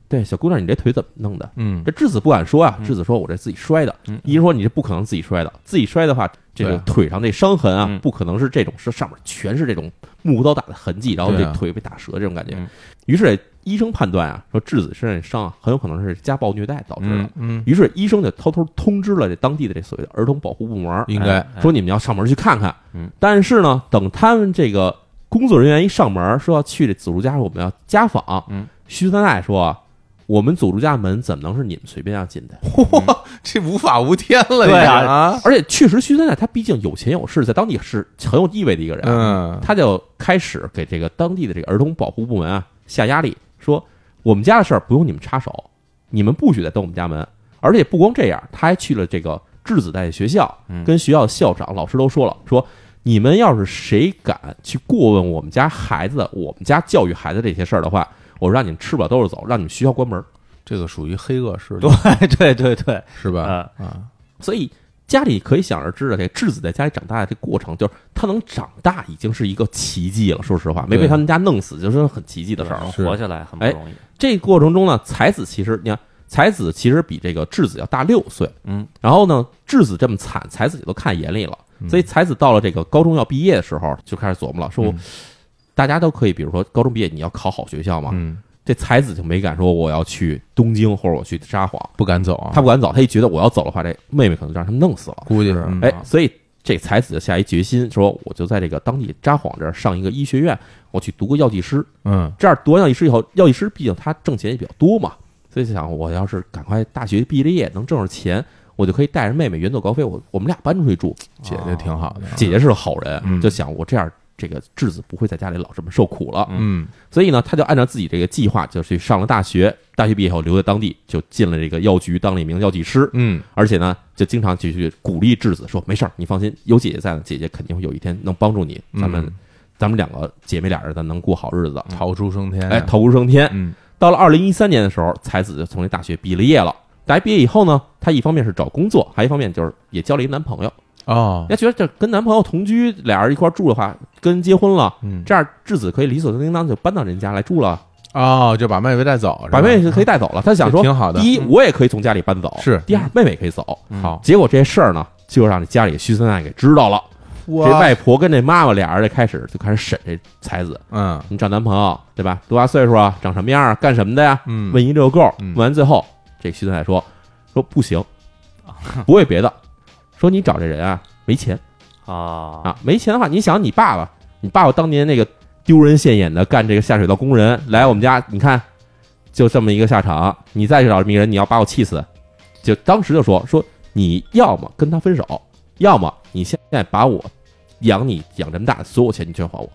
S3: 对，小姑娘，你这腿怎么弄的？”
S2: 嗯，
S3: 这质子不敢说啊，
S4: 嗯
S3: 质子说：“我这自己摔的。
S4: 嗯”
S3: 医生说：“你这不可能自己摔的，自己摔的话，这
S2: 对
S3: 个
S2: 啊
S3: 腿上那伤痕啊
S4: 嗯，
S3: 不可能是这种，是上面全是这种木刀打的痕迹，然后
S2: 对
S3: 这
S2: 啊
S3: 腿被打折这种感觉
S4: 嗯。”
S3: 于是医生判断啊，说质子身上的伤啊很有可能是家暴虐待导致的
S4: 嗯。
S2: 嗯，
S3: 于是医生就偷偷通知了这当地的这所谓的儿童保护部门儿，
S2: 应该
S4: 哎
S3: 说你们要上门去看看。
S4: 嗯，
S3: 但是呢，等他们这个工作人员一上门，说要去这组织家，我们要家访。
S4: 嗯，
S3: 徐三奈说，我们组织家门怎么能是你们随便要进的？
S2: 这无法无天了，你
S4: 对啊
S2: 这啊，
S3: 而且确实，徐三奈他毕竟有钱有势，在当地是很有地位的一个人。，
S2: 嗯，
S3: 他就开始给这个当地的这个儿童保护部门啊下压力，说我们家的事儿不用你们插手，你们不许再登我们家门。而且不光这样，他还去了这个质子代学校
S4: 嗯，
S3: 跟学校校长、老师都说了，说你们要是谁敢去过问我们家孩子、我们家教育孩子这些事儿的话，我让你们吃不了兜着走，让你们学校关门。
S2: 这个属于黑恶势力，
S4: 对对对对，
S2: 是吧？
S4: 呃，
S2: 啊，
S3: 所以家里可以想而知的，这质子在家里长大的这过程，就是他能长大已经是一个奇迹了。说实话，没被
S2: 对
S3: 他们家弄死就是很奇迹的事儿了。
S4: 能
S2: 是
S4: 活下来很不容易。
S3: 这个过程中呢，才子其实你看，才子其实比这个质子要大六岁，
S4: 嗯，
S3: 然后呢，质子这么惨，才子也都看眼里了，
S2: 嗯
S3: 所以才子到了这个高中要毕业的时候，就开始琢磨了，说我
S2: 嗯
S3: 大家都可以，比如说高中毕业你要考好学校嘛，
S2: 嗯，
S3: 这才子就没敢说我要去东京或者我去札幌，
S2: 不敢走啊，
S3: 他不敢走，他一觉得我要走的话，这妹妹可能就让他们弄死了，
S2: 估计
S5: 是
S2: 嗯
S3: 哎，所以这才子就下一决心，说我就在这个当地札幌这儿上一个医学院，我去读个药剂师，
S2: 嗯，
S3: 这样读完药剂师以后，药剂师毕竟他挣钱也比较多嘛，所以就想我要是赶快大学毕了业能挣着钱，我就可以带着妹妹远走高飞，我我们俩搬出去住。
S2: 姐姐挺好的，
S3: 姐姐是个好人，
S2: 哦嗯
S3: 就想我这样这个质子不会在家里老这么受苦了。
S2: 嗯
S3: 所以呢，他就按照自己这个计划，就去上了大学。大学毕业以后留在当地，就进了这个药局当了一名药剂师，
S2: 嗯，
S3: 而且呢，就经常去去鼓励质子说：“没事儿，你放心，有姐姐在呢，姐姐肯定会有一天能帮助你。咱们、
S2: 嗯
S3: 咱们两个姐妹俩人，咱能过好日子。”
S2: 逃出升天，
S3: 哎，逃无升天。
S2: 嗯
S3: 到了二零一三年的时候，才子就从这大学毕了业了。大学毕业以后呢，她一方面是找工作，还一方面就是也交了一男朋友。
S2: 哦
S3: 人，家觉得这跟男朋友同居，俩人一块儿住的话，跟人结婚了，
S2: 嗯，
S3: 这样质子可以理所应当就搬到人家来住了，
S2: 哦，就把妹妹带走，是吧
S3: 把妹妹可以带走了。她想
S2: 这
S3: 说，
S2: 挺好的，嗯
S3: 第一，我也可以从家里搬走；
S2: 是
S3: 第二，妹妹也可以走。
S2: 好，
S3: 结果这事儿呢，就让这家里徐三爱给知道了。这
S2: 哇，
S3: 外婆跟这妈妈俩人就开始就开始审这才子，
S2: 嗯
S3: 你找男朋友对吧？多大岁数啊？长什么样啊？干什么的呀？
S2: 嗯，
S3: 问一溜够，
S2: 嗯
S3: 问完最后，这徐三太说说不行，
S2: 啊
S3: 不为别的，说你找这人啊没钱
S4: 啊
S3: 啊，没钱的话，你想你爸爸，你爸爸当年那个丢人现眼的干这个下水道工人，
S2: 嗯
S3: 来我们家，你看就这么一个下场，你再去找这么一个人，你要把我气死，就当时就说说你要么跟他分手，要么你现在把我养你养这么大，所有钱你全还我。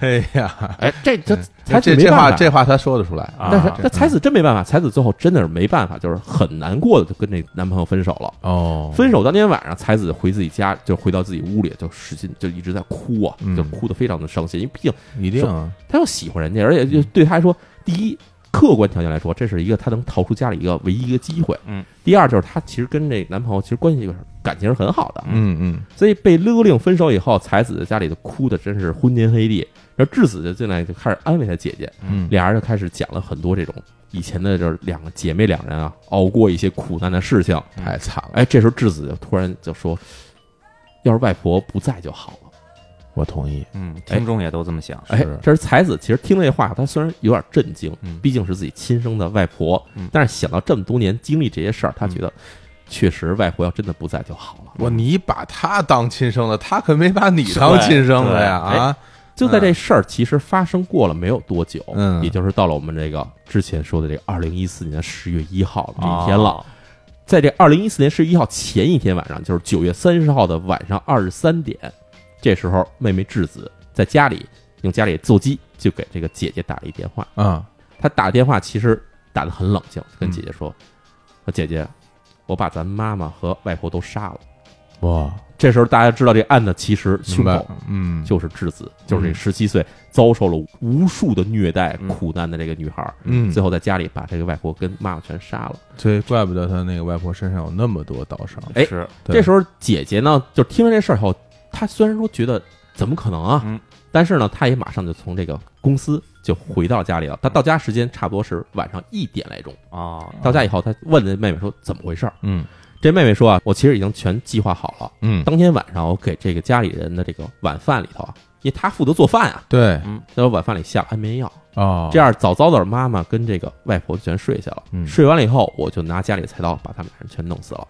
S2: 哎呀，
S3: 哎，这这
S2: 嗯
S3: 才
S2: 这
S3: 没
S2: 这
S3: 办
S2: 话
S3: 法
S2: 这话他说得出来，嗯
S4: 啊
S3: 但是
S4: 这
S3: 那才子真没办法，才子最后真的是没办法，就是很难过的就跟这男朋友分手了。
S2: 哦，
S3: 分手当天晚上，才子回自己家，就回到自己屋里，就使劲就一直在哭啊
S2: 嗯，
S3: 就哭得非常的伤心，因为毕竟
S2: 一定啊，
S3: 他又喜欢人家，而且
S4: 嗯
S3: 就对他来说，第一客观条件来说，这是一个他能逃出家里一个唯一一个机会。
S4: 嗯，
S3: 第二就是他其实跟这男朋友其实关系就是感情是很好的，
S2: 嗯嗯，
S3: 所以被勒令分手以后，才子在家里就哭的真是昏天黑地，然后质子就进来就开始安慰他姐姐，
S2: 嗯
S3: 俩人就开始讲了很多这种以前的就是两个姐妹两人啊熬过一些苦难的事情。
S2: 太惨了，
S3: 哎，这时候质子就突然就说，要是外婆不在就好了。
S2: 我同意，
S4: 嗯，听众也都这么想。
S3: 哎
S2: 是，
S3: 这是才子，其实听这话，他虽然有点震惊，
S4: 嗯
S3: 毕竟是自己亲生的外婆，
S4: 嗯
S3: 但是想到这么多年经历这些事儿，
S2: 嗯
S3: 他觉得确实外婆要真的不在就好了。
S2: 哇，你把他当亲生的，他可没把你当亲生的呀
S3: 对对
S2: 啊！
S3: 就在这事儿其实发生过了没有多久，
S2: 嗯
S3: 也就是到了我们这个之前说的这个二零一四年十月一号了这一
S2: 哦
S3: 天了。
S4: 啊
S3: 在这二零一四年十月一号前一天晚上，就是九月三十号的晚上二十三点，这时候妹妹智子在家里用家里的座机就给这个姐姐打了一电话。
S2: 啊，嗯
S3: 她打电话其实打得很冷静，跟姐姐说：“说姐姐，我把咱妈妈和外婆都杀了。
S2: 哇，
S3: 这时候大家知道这案子其实
S2: 明
S3: 凶
S2: 白
S3: 手，
S2: 嗯，
S3: 就是质子，就是这
S2: 嗯
S3: 十七岁遭受了无数的虐待、
S1: 嗯
S3: 苦难的这个女孩儿，
S2: 嗯，
S3: 最后在家里把这个外婆跟妈妈全杀了。
S2: 所以怪不得他那个外婆身上有那么多刀伤，
S3: 哎
S1: 是
S2: 对
S3: 这时候姐姐呢，就听完这事儿以后，她虽然说觉得怎么可能啊，
S1: 嗯
S3: 但是呢，她也马上就从这个公司就回到家里了。她到家时间差不多是晚上一点来钟，
S1: 啊，
S3: 到家以后，她问那妹妹说怎么回事儿。
S2: 嗯
S3: 这妹妹说啊，我其实已经全计划好了，
S2: 嗯，
S3: 当天晚上我给这个家里人的这个晚饭里头啊，因为她负责做饭啊，
S2: 对
S3: 在我晚饭里下安眠药。
S2: 哦，
S3: 这样早早的妈妈跟这个外婆就全睡下了。
S2: 嗯
S3: 睡完了以后，我就拿家里的菜刀把他们俩人全弄死了。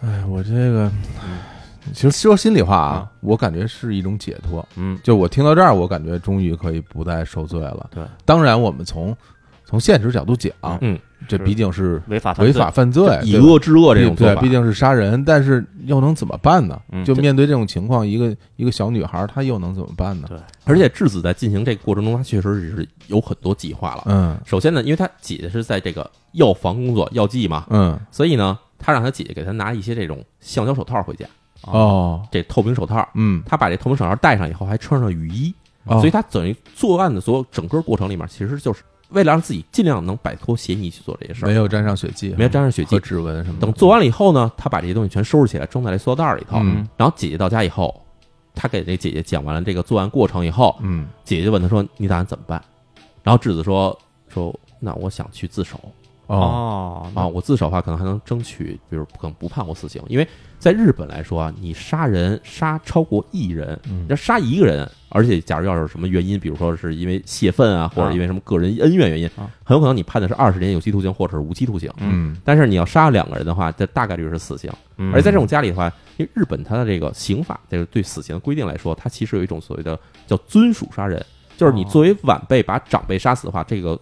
S2: 哎，我这个，
S3: 嗯
S2: 其实说心里话啊，我感觉是一种解脱。
S1: 嗯，
S2: 就我听到这儿，我感觉终于可以不再受罪了。
S1: 对，
S2: 当然我们从从现实角度讲，
S3: 嗯，
S2: 这
S1: 是
S2: 毕竟是
S1: 违法犯
S2: 违
S1: 罪
S2: 法犯罪，
S3: 以
S2: 对吧
S3: 恶制恶这种做
S2: 对，
S3: 法，
S2: 毕竟是杀人，但是又能怎么办呢？
S1: 嗯
S2: 就
S3: 这
S2: 面对这种情况，一个一个小女孩，她又能怎么办呢？
S3: 而且质子在进行这个过程中，她确实是有很多计划了。
S2: 嗯
S3: 首先呢，因为她姐姐是在这个药房工作，药剂嘛，
S2: 嗯
S3: 所以呢，她让她姐姐给她拿一些这种橡胶手套回家，
S2: 哦
S3: 这透明手套。
S2: 嗯，
S3: 她把这透明手套戴上以后，还穿上雨衣，
S2: 哦
S3: 所以她等于作案的所有整个过程里面，其实就是为了让自己尽量能摆脱嫌疑去做这些事
S2: 没
S3: 儿，
S2: 有沾上血迹，
S3: 没有沾上血迹
S2: 和，指纹什么的。
S3: 等做完了以后呢，他把这些东西全收拾起来，装在这塑料袋里头。
S2: 嗯
S3: 然后姐姐到家以后，他给这姐姐讲完了这个作案过程以后，
S2: 嗯
S3: 姐姐就问他说：“你打算怎么办？”然后质子说：“说那我想去自首
S2: 哦
S1: 哦
S3: 啊，我自首的话可能还能争取，比如可能不判我死刑，因为在日本来说啊，你杀人杀超过一人，
S2: 嗯
S3: 要杀一个人，而且假如要是什么原因，比如说是因为泄愤啊，或者因为什么个人恩怨原因
S1: 啊，
S3: 很有可能你判的是二十年有期徒刑或者是无期徒刑。
S2: 嗯
S3: 但是你要杀两个人的话，这大概率是死刑。
S1: 嗯
S3: 而在这种家里的话，因为日本它的这个刑法，这个对死刑的规定来说，它其实有一种所谓的叫尊属杀人，就是你
S1: 哦
S3: 作为晚辈把长辈杀死的话，这个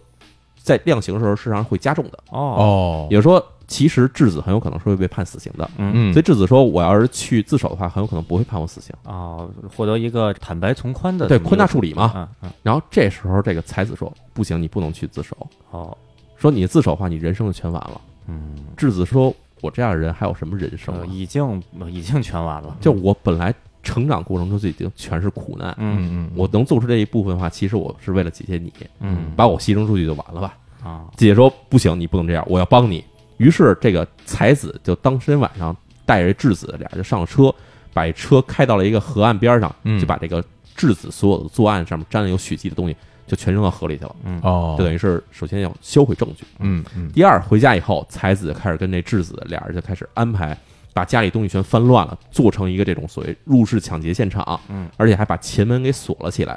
S3: 在量刑的时候实际上会加重的。
S1: 哦
S2: 哦
S3: 也就是说，其实质子很有可能是会被判死刑的。
S1: 嗯
S2: 嗯
S3: 所以质子说，我要是去自首的话，很有可能不会判我死刑。
S1: 哦，获得一个坦白从宽的
S3: 对，
S1: 这么
S3: 宽大
S1: 一个
S3: 处理嘛。
S1: 嗯嗯
S3: 然后这时候这个才子说，不行，你不能去自首。
S1: 哦
S3: 说你自首的话，你人生就全完了。
S1: 嗯，
S3: 质子说，我这样的人还有什么人生啊
S1: 呃？已经已经全完了，
S3: 就我本来成长过程中就已经全是苦难，
S1: 嗯
S2: 嗯嗯
S3: 我能做出这一部分的话，其实我是为了姐姐你，
S1: 嗯
S3: 把我牺牲出去就完了吧。
S1: 啊
S3: 姐姐说不行，你不能这样，我要帮你。于是这个才子就当天晚上带着质子俩人就上了车，把这车开到了一个河岸边上，
S2: 嗯
S3: 就把这个质子所有的作案上面沾了有血迹的东西就全扔到河里去了，
S1: 嗯
S2: 哦
S3: 就等于是首先要销毁证据。
S2: 嗯嗯
S3: 第二回家以后，才子就开始跟这质子俩人就开始安排，把家里东西全翻乱了，做成一个这种所谓入室抢劫现场，
S1: 嗯，
S3: 而且还把前门给锁了起来，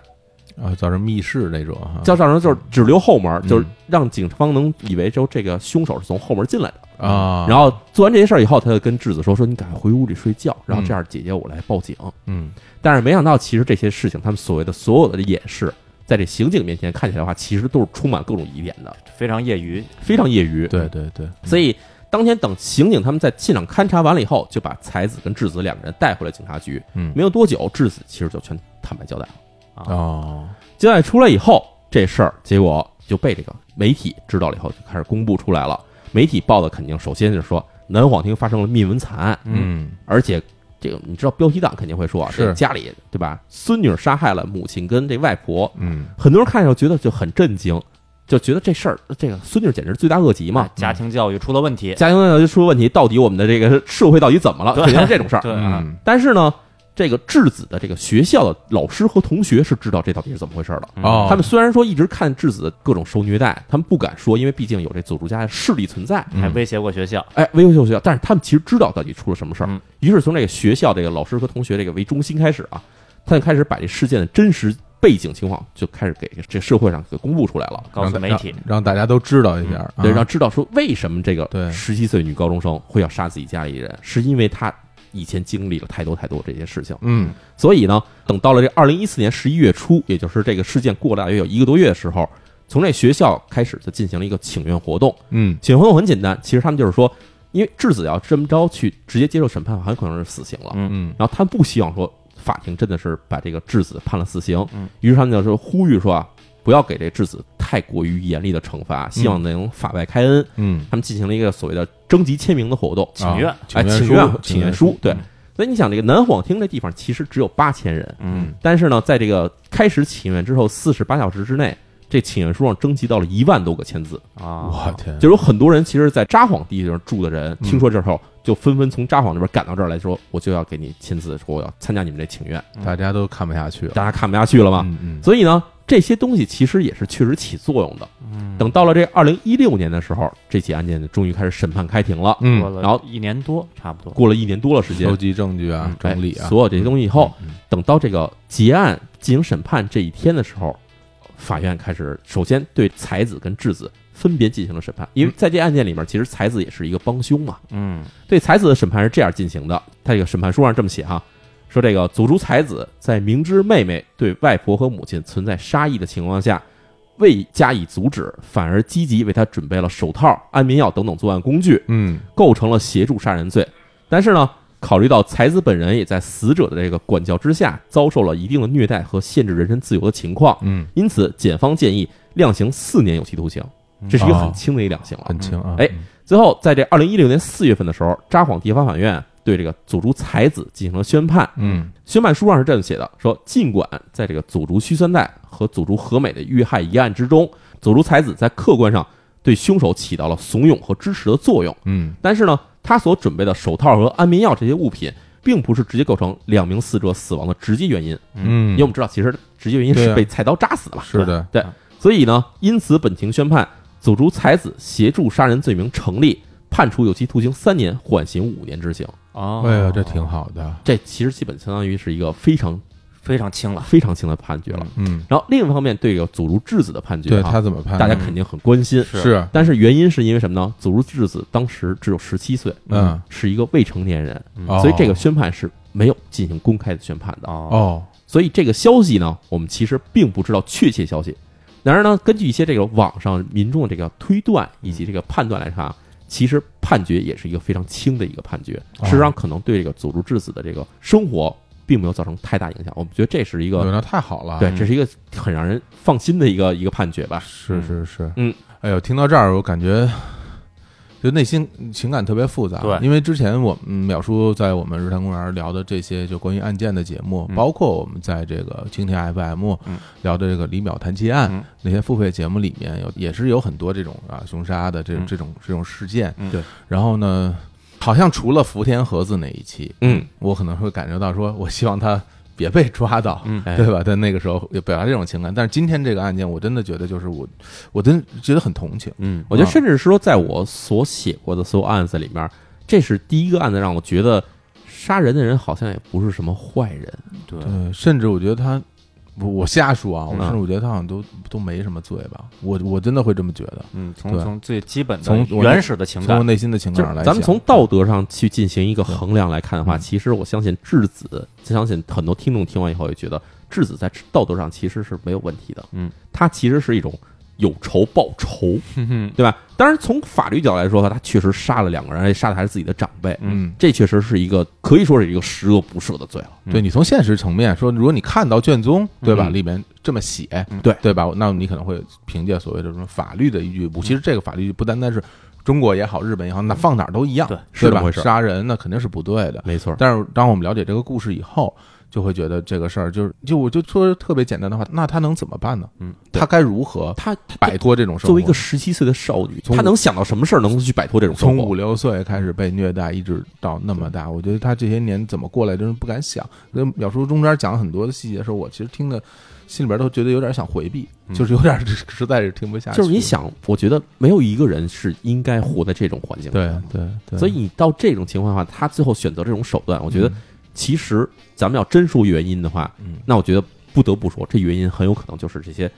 S2: 啊，叫成密室那种哈
S3: 嗯叫造成就是只留后门，
S2: 嗯
S3: 就是让警方能以为就这个凶手是从后门进来的。
S2: 啊，
S3: 然后做完这些事儿以后，他就跟质子说：“说你赶快回屋里睡觉，然后
S2: 嗯
S3: 这样姐姐我来报警。
S2: 嗯
S3: 但是没想到，其实这些事情他们所谓的所有的掩饰，在这刑警面前看起来的话，其实都是充满各种疑点的，
S1: 非常业余
S3: 非常业余。
S2: 对对对，
S3: 所以当天等刑警他们在现场勘查完了以后，就把才子跟质子两个人带回了警察局。
S2: 嗯
S3: 没有多久，质子其实就全坦白交代了。
S1: 啊
S2: 哦
S3: 交代出来以后，这事儿结果就被这个媒体知道了以后，就开始公布出来了。媒体报的肯定首先就是说南晃厅发生了灭门惨案，
S2: 嗯
S3: 而且这个你知道标题党肯定会说啊，
S2: 是
S3: 这家里对吧？孙女杀害了母亲跟这外婆，
S2: 嗯
S3: 很多人看着觉得就很震惊，就觉得这事儿这个孙女简直是罪大恶极嘛
S4: 呃
S2: 嗯
S1: 啊。家庭教育出了问题，
S3: 家庭教育出了问题，到底我们的这个社会到底怎么了？
S1: 对
S3: 肯定是这种事儿。
S1: 对啊
S2: 嗯
S3: 但是呢，这个质子的这个学校的老师和同学是知道这到底是怎么回事儿的。
S1: 嗯
S2: 哦，
S3: 他们虽然说一直看质子各种受虐待，他们不敢说，因为毕竟有这佐助家的势力存在。
S1: 还
S2: 嗯
S1: 威胁过学校，
S3: 哎，维修学校，但是他们其实知道到底出了什么事儿。
S1: 嗯
S3: 于是从这个学校这个老师和同学这个为中心开始啊，他就开始把这事件的真实背景情况就开始给这社会上给公布出来了，
S1: 告
S2: 让
S1: 诉
S2: 大
S1: 媒体
S2: 让让大家都知道一下，啊
S3: 嗯对，让知道说为什么这
S2: 对
S3: 个十七岁女高中生会要杀自己家里人，是因为她以前经历了太多太多这些事情。
S2: 嗯
S3: 所以呢，等到了这二零一四年十一月初，也就是这个事件过了大约有一个多月的时候，从这学校开始就进行了一个请愿活动。
S2: 嗯
S3: 请愿活动很简单，其实他们就是说，因为质子要这么着去直接接受审判，很可能是死刑了。
S1: 嗯
S2: 嗯
S3: 然后他们不希望说法庭真的是把这个质子判了死刑，
S1: 嗯
S3: 于是他们就说呼吁说啊，不要给这质子太过于严厉的惩罚，希望能法外开恩。
S2: 嗯，
S3: 他们进行了一个所谓的征集签名的活动，
S4: 请愿
S2: 啊
S3: 哎，请
S2: 愿
S3: 愿，请愿书，对
S4: 嗯。
S3: 所以你想，这个南晃厅这地方其实只有八千人，
S4: 嗯
S3: 但是呢，在这个开始请愿之后四十八小时之内，这请愿书上征集到了一万多个签字，
S2: 嗯
S4: 啊，
S2: 我天，
S3: 嗯就有很多人其实，在札幌地方住的人，
S2: 嗯
S3: 听说这后就纷纷从札幌这边赶到这儿来说，我就要给你签字，说我要参加你们这请愿，
S2: 大家都看不下去了，
S3: 大家看不下去了吧？
S2: 嗯嗯，
S3: 所以呢，这些东西其实也是确实起作用的。
S2: 嗯
S3: 等到了这二零一六年的时候，这起案件就终于开始审判开庭了。
S4: 过
S2: 嗯，
S4: 了
S3: 然后
S4: 一年多差不多，
S3: 过了一年多了时间
S2: 收，集证据啊，
S3: 哎
S2: 整理啊，
S3: 所有这些东西以后，
S2: 嗯，
S3: 等到这个结案进行审判这一天的时候，法院开始首先对才子跟质子分别进行了审判，因为在这案件里面，其实才子也是一个帮凶嘛。
S4: 嗯
S3: 对才子的审判是这样进行的，他这个审判书上这么写哈，说这个祖竹才子在明知妹妹对外婆和母亲存在杀意的情况下，未加以阻止，反而积极为他准备了手套、安眠药等等作案工具，
S2: 嗯
S3: 构成了协助杀人罪。但是呢，考虑到才子本人也在死者的这个管教之下，遭受了一定的虐待和限制人身自由的情况，
S2: 嗯，
S3: 因此检方建议量刑四年有期徒刑，这是一个很
S2: 哦
S3: 轻的一量刑了。
S2: 很轻啊，
S3: 哎最后，在这二零一六年四月份的时候，札幌地方法院对这个佐竹才子进行了宣判。
S2: 嗯，
S3: 宣判书上是这么写的：说，尽管在这个佐竹须三代和佐竹和美的遇害一案之中，佐竹才子在客观上对凶手起到了怂恿和支持的作用，
S2: 嗯
S3: 但是呢，他所准备的手套和安眠药这些物品，并不是直接构成两名死者死亡的直接原因，
S2: 嗯，
S3: 因为我们知道，其实直接原因
S2: 对
S3: 是
S2: 啊
S3: 被菜刀扎死的嘛。
S2: 是的，
S3: 所以呢，因此本庭宣判佐竹才子协助杀人罪名成立，判处有期徒刑三年，缓刑五年执行。
S4: 哦，
S2: 哎呀，这挺好的，
S3: 这其实基本相当于是一个非常
S4: 非常轻了，
S3: 非常轻的判决了。
S2: 嗯，
S3: 然后另一方面，对这个佐竹智子的判决、
S2: 对
S3: 啊，
S2: 他怎么判？
S3: 大家肯定很关心。
S4: 是
S2: 是，
S3: 但是原因是因为什么呢？佐竹智子当时只有十七岁，
S2: 嗯，
S3: 是一个未成年人，
S2: 哦
S3: 所以这个宣判是没有进行公开的宣判的。啊
S4: 哦
S2: 哦，
S3: 所以这个消息呢，我们其实并不知道确切消息。然而呢，根据一些这个网上民众这个推断以及这个判断来看
S2: 嗯
S3: 啊，其实判决也是一个非常轻的一个判决，
S2: 哦
S3: 事实上可能对这个佐助智子的这个生活并没有造成太大影响。我们觉得这是一
S2: 对，
S3: 个
S2: 那太好了，
S3: 对，这是一个很让人放心的一个一个判决吧。
S2: 是是是，
S3: 嗯，
S2: 哎呦，听到这儿我感觉就内心情感特别复杂，
S4: 对
S2: 因为之前我们淼叔在我们日坛公园聊的这些就关于案件的节目，
S4: 嗯
S2: 包括我们在这个蜻蜓 FM
S4: 嗯
S2: 聊的这个李淼谈奇案、
S4: 嗯
S2: 那些付费节目里面有也是有很多这种啊凶杀的这
S4: 嗯
S2: 这种这种事件，
S4: 嗯
S3: 对，
S2: 然后呢，好像除了福田和子那一期，
S3: 嗯，
S2: 我可能会感觉到说，我希望他别被抓到，
S4: 嗯
S3: 哎
S2: 对吧？但那个时候也表达这种情感，但是今天这个案件，我真的觉得就是我，我真觉得很同情。
S4: 嗯
S3: 我觉得甚至是说，在我所写过的所有案子里面，这是第一个案子让我觉得杀人的人好像也不是什么坏人。
S4: 对，
S2: 呃，甚至我觉得他，我我瞎说啊，我
S3: 嗯
S2: 甚至我觉得他好像都都没什么罪吧，我我真的会这么觉得。
S4: 嗯，从
S2: 对
S4: 从最基本的
S2: 从我
S4: 原始的情
S2: 从我
S4: 感，
S2: 内心的情
S3: 就是
S2: 感上来讲，
S3: 咱们从道德上去进行一个衡量来看的话，
S2: 嗯
S3: 其实我相信质子，相信很多听众听完以后也觉得质子在道德上其实是没有问题的。
S4: 嗯，
S3: 它其实是一种有仇报仇，
S4: 嗯
S3: 对吧？当然，从法律角度来说，他确实杀了两个人，而且杀的还是自己的长辈，
S2: 嗯，
S3: 这确实是一个可以说是一个十恶不赦的罪了。
S2: 对你从现实层面说，如果你看到卷宗，对吧？
S3: 嗯
S2: 里面这么写，
S3: 对
S2: 对吧？那你可能会凭借所谓的什么法律的依据，其
S3: 嗯
S2: 实这个法律不单单是中国也好，日本也好，那放哪儿都一样，
S4: 对
S3: 是这么
S2: 吧？
S3: 回事
S2: 杀人那肯定是不对的。
S3: 没错，
S2: 但是当我们了解这个故事以后，就会觉得这个事儿就是，就我就说特别简单的话，那他能怎么办呢？
S4: 嗯，
S2: 他该如何
S3: 他他
S2: 摆脱这种生活？
S3: 作为一个十七岁的少女，
S2: 从
S3: 她能想到什么事儿能去摆脱这种生
S2: 从五
S3: 活？
S2: 六岁开始被虐待，一直到那么大，我觉得他这些年怎么过来，真是不敢想。跟淼叔中间讲很多的细节的时候，我其实听的心里边都觉得有点想回避，
S4: 嗯
S2: 就是有点儿实在是听不下去。
S3: 就是你，想，我觉得没有一个人是应该活在这种环境里
S2: 对
S3: 的。
S2: 对对，
S3: 所以你到这种情况下，他最后选择这种手段，我
S2: 我
S3: 觉得其实咱们要真说原因的话，
S2: 嗯
S3: 那我觉得不得不说，这原因很有可能就是这些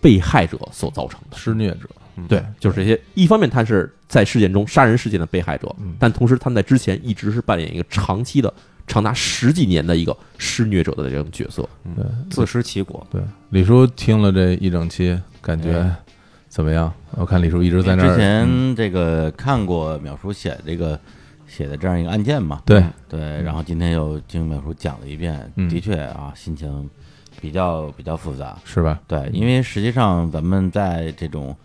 S3: 被害者所造成的。
S2: 施虐者，
S3: 对，就是这些。一方面，他是在事件中杀人事件的被害者
S2: 嗯，
S3: 但同时他们在之前一直是扮演一个长期的、长达十几年的一个施虐者的这种角色。
S2: 对
S4: 自食其果，
S2: 对。李叔听了这一整期，感觉
S4: 哎
S2: 怎么样？我看李叔一直在那儿
S1: 之
S2: 嗯
S1: 前这个看过淼叔写这个写的这样一个案件嘛，
S2: 对
S1: 对，然后今天又听淼叔讲了一遍，
S2: 嗯
S1: 的确啊，心情比较比较复杂。
S2: 是吧？
S1: 对，因为实际上咱们在这种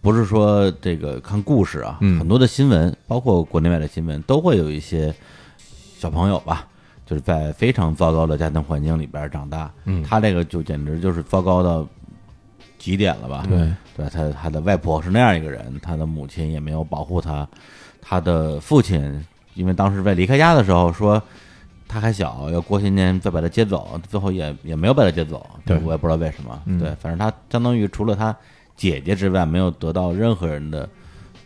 S1: 不是说这个看故事啊，
S2: 嗯
S1: 很多的新闻，包括国内外的新闻，都会有一些小朋友吧，就是在非常糟糕的家庭环境里边长大，
S2: 嗯
S1: 他这个就简直就是糟糕到极点了吧？
S2: 对，
S1: 对他他的外婆是那样一个人，他的母亲也没有保护他，他的父亲因为当时在离开家的时候说他还小，要过些年再把他接走，最后也也没有把他接走，
S2: 对
S1: 我也不知道为什么，
S2: 嗯
S1: 对，反正他相当于除了他姐姐之外，没有得到任何人的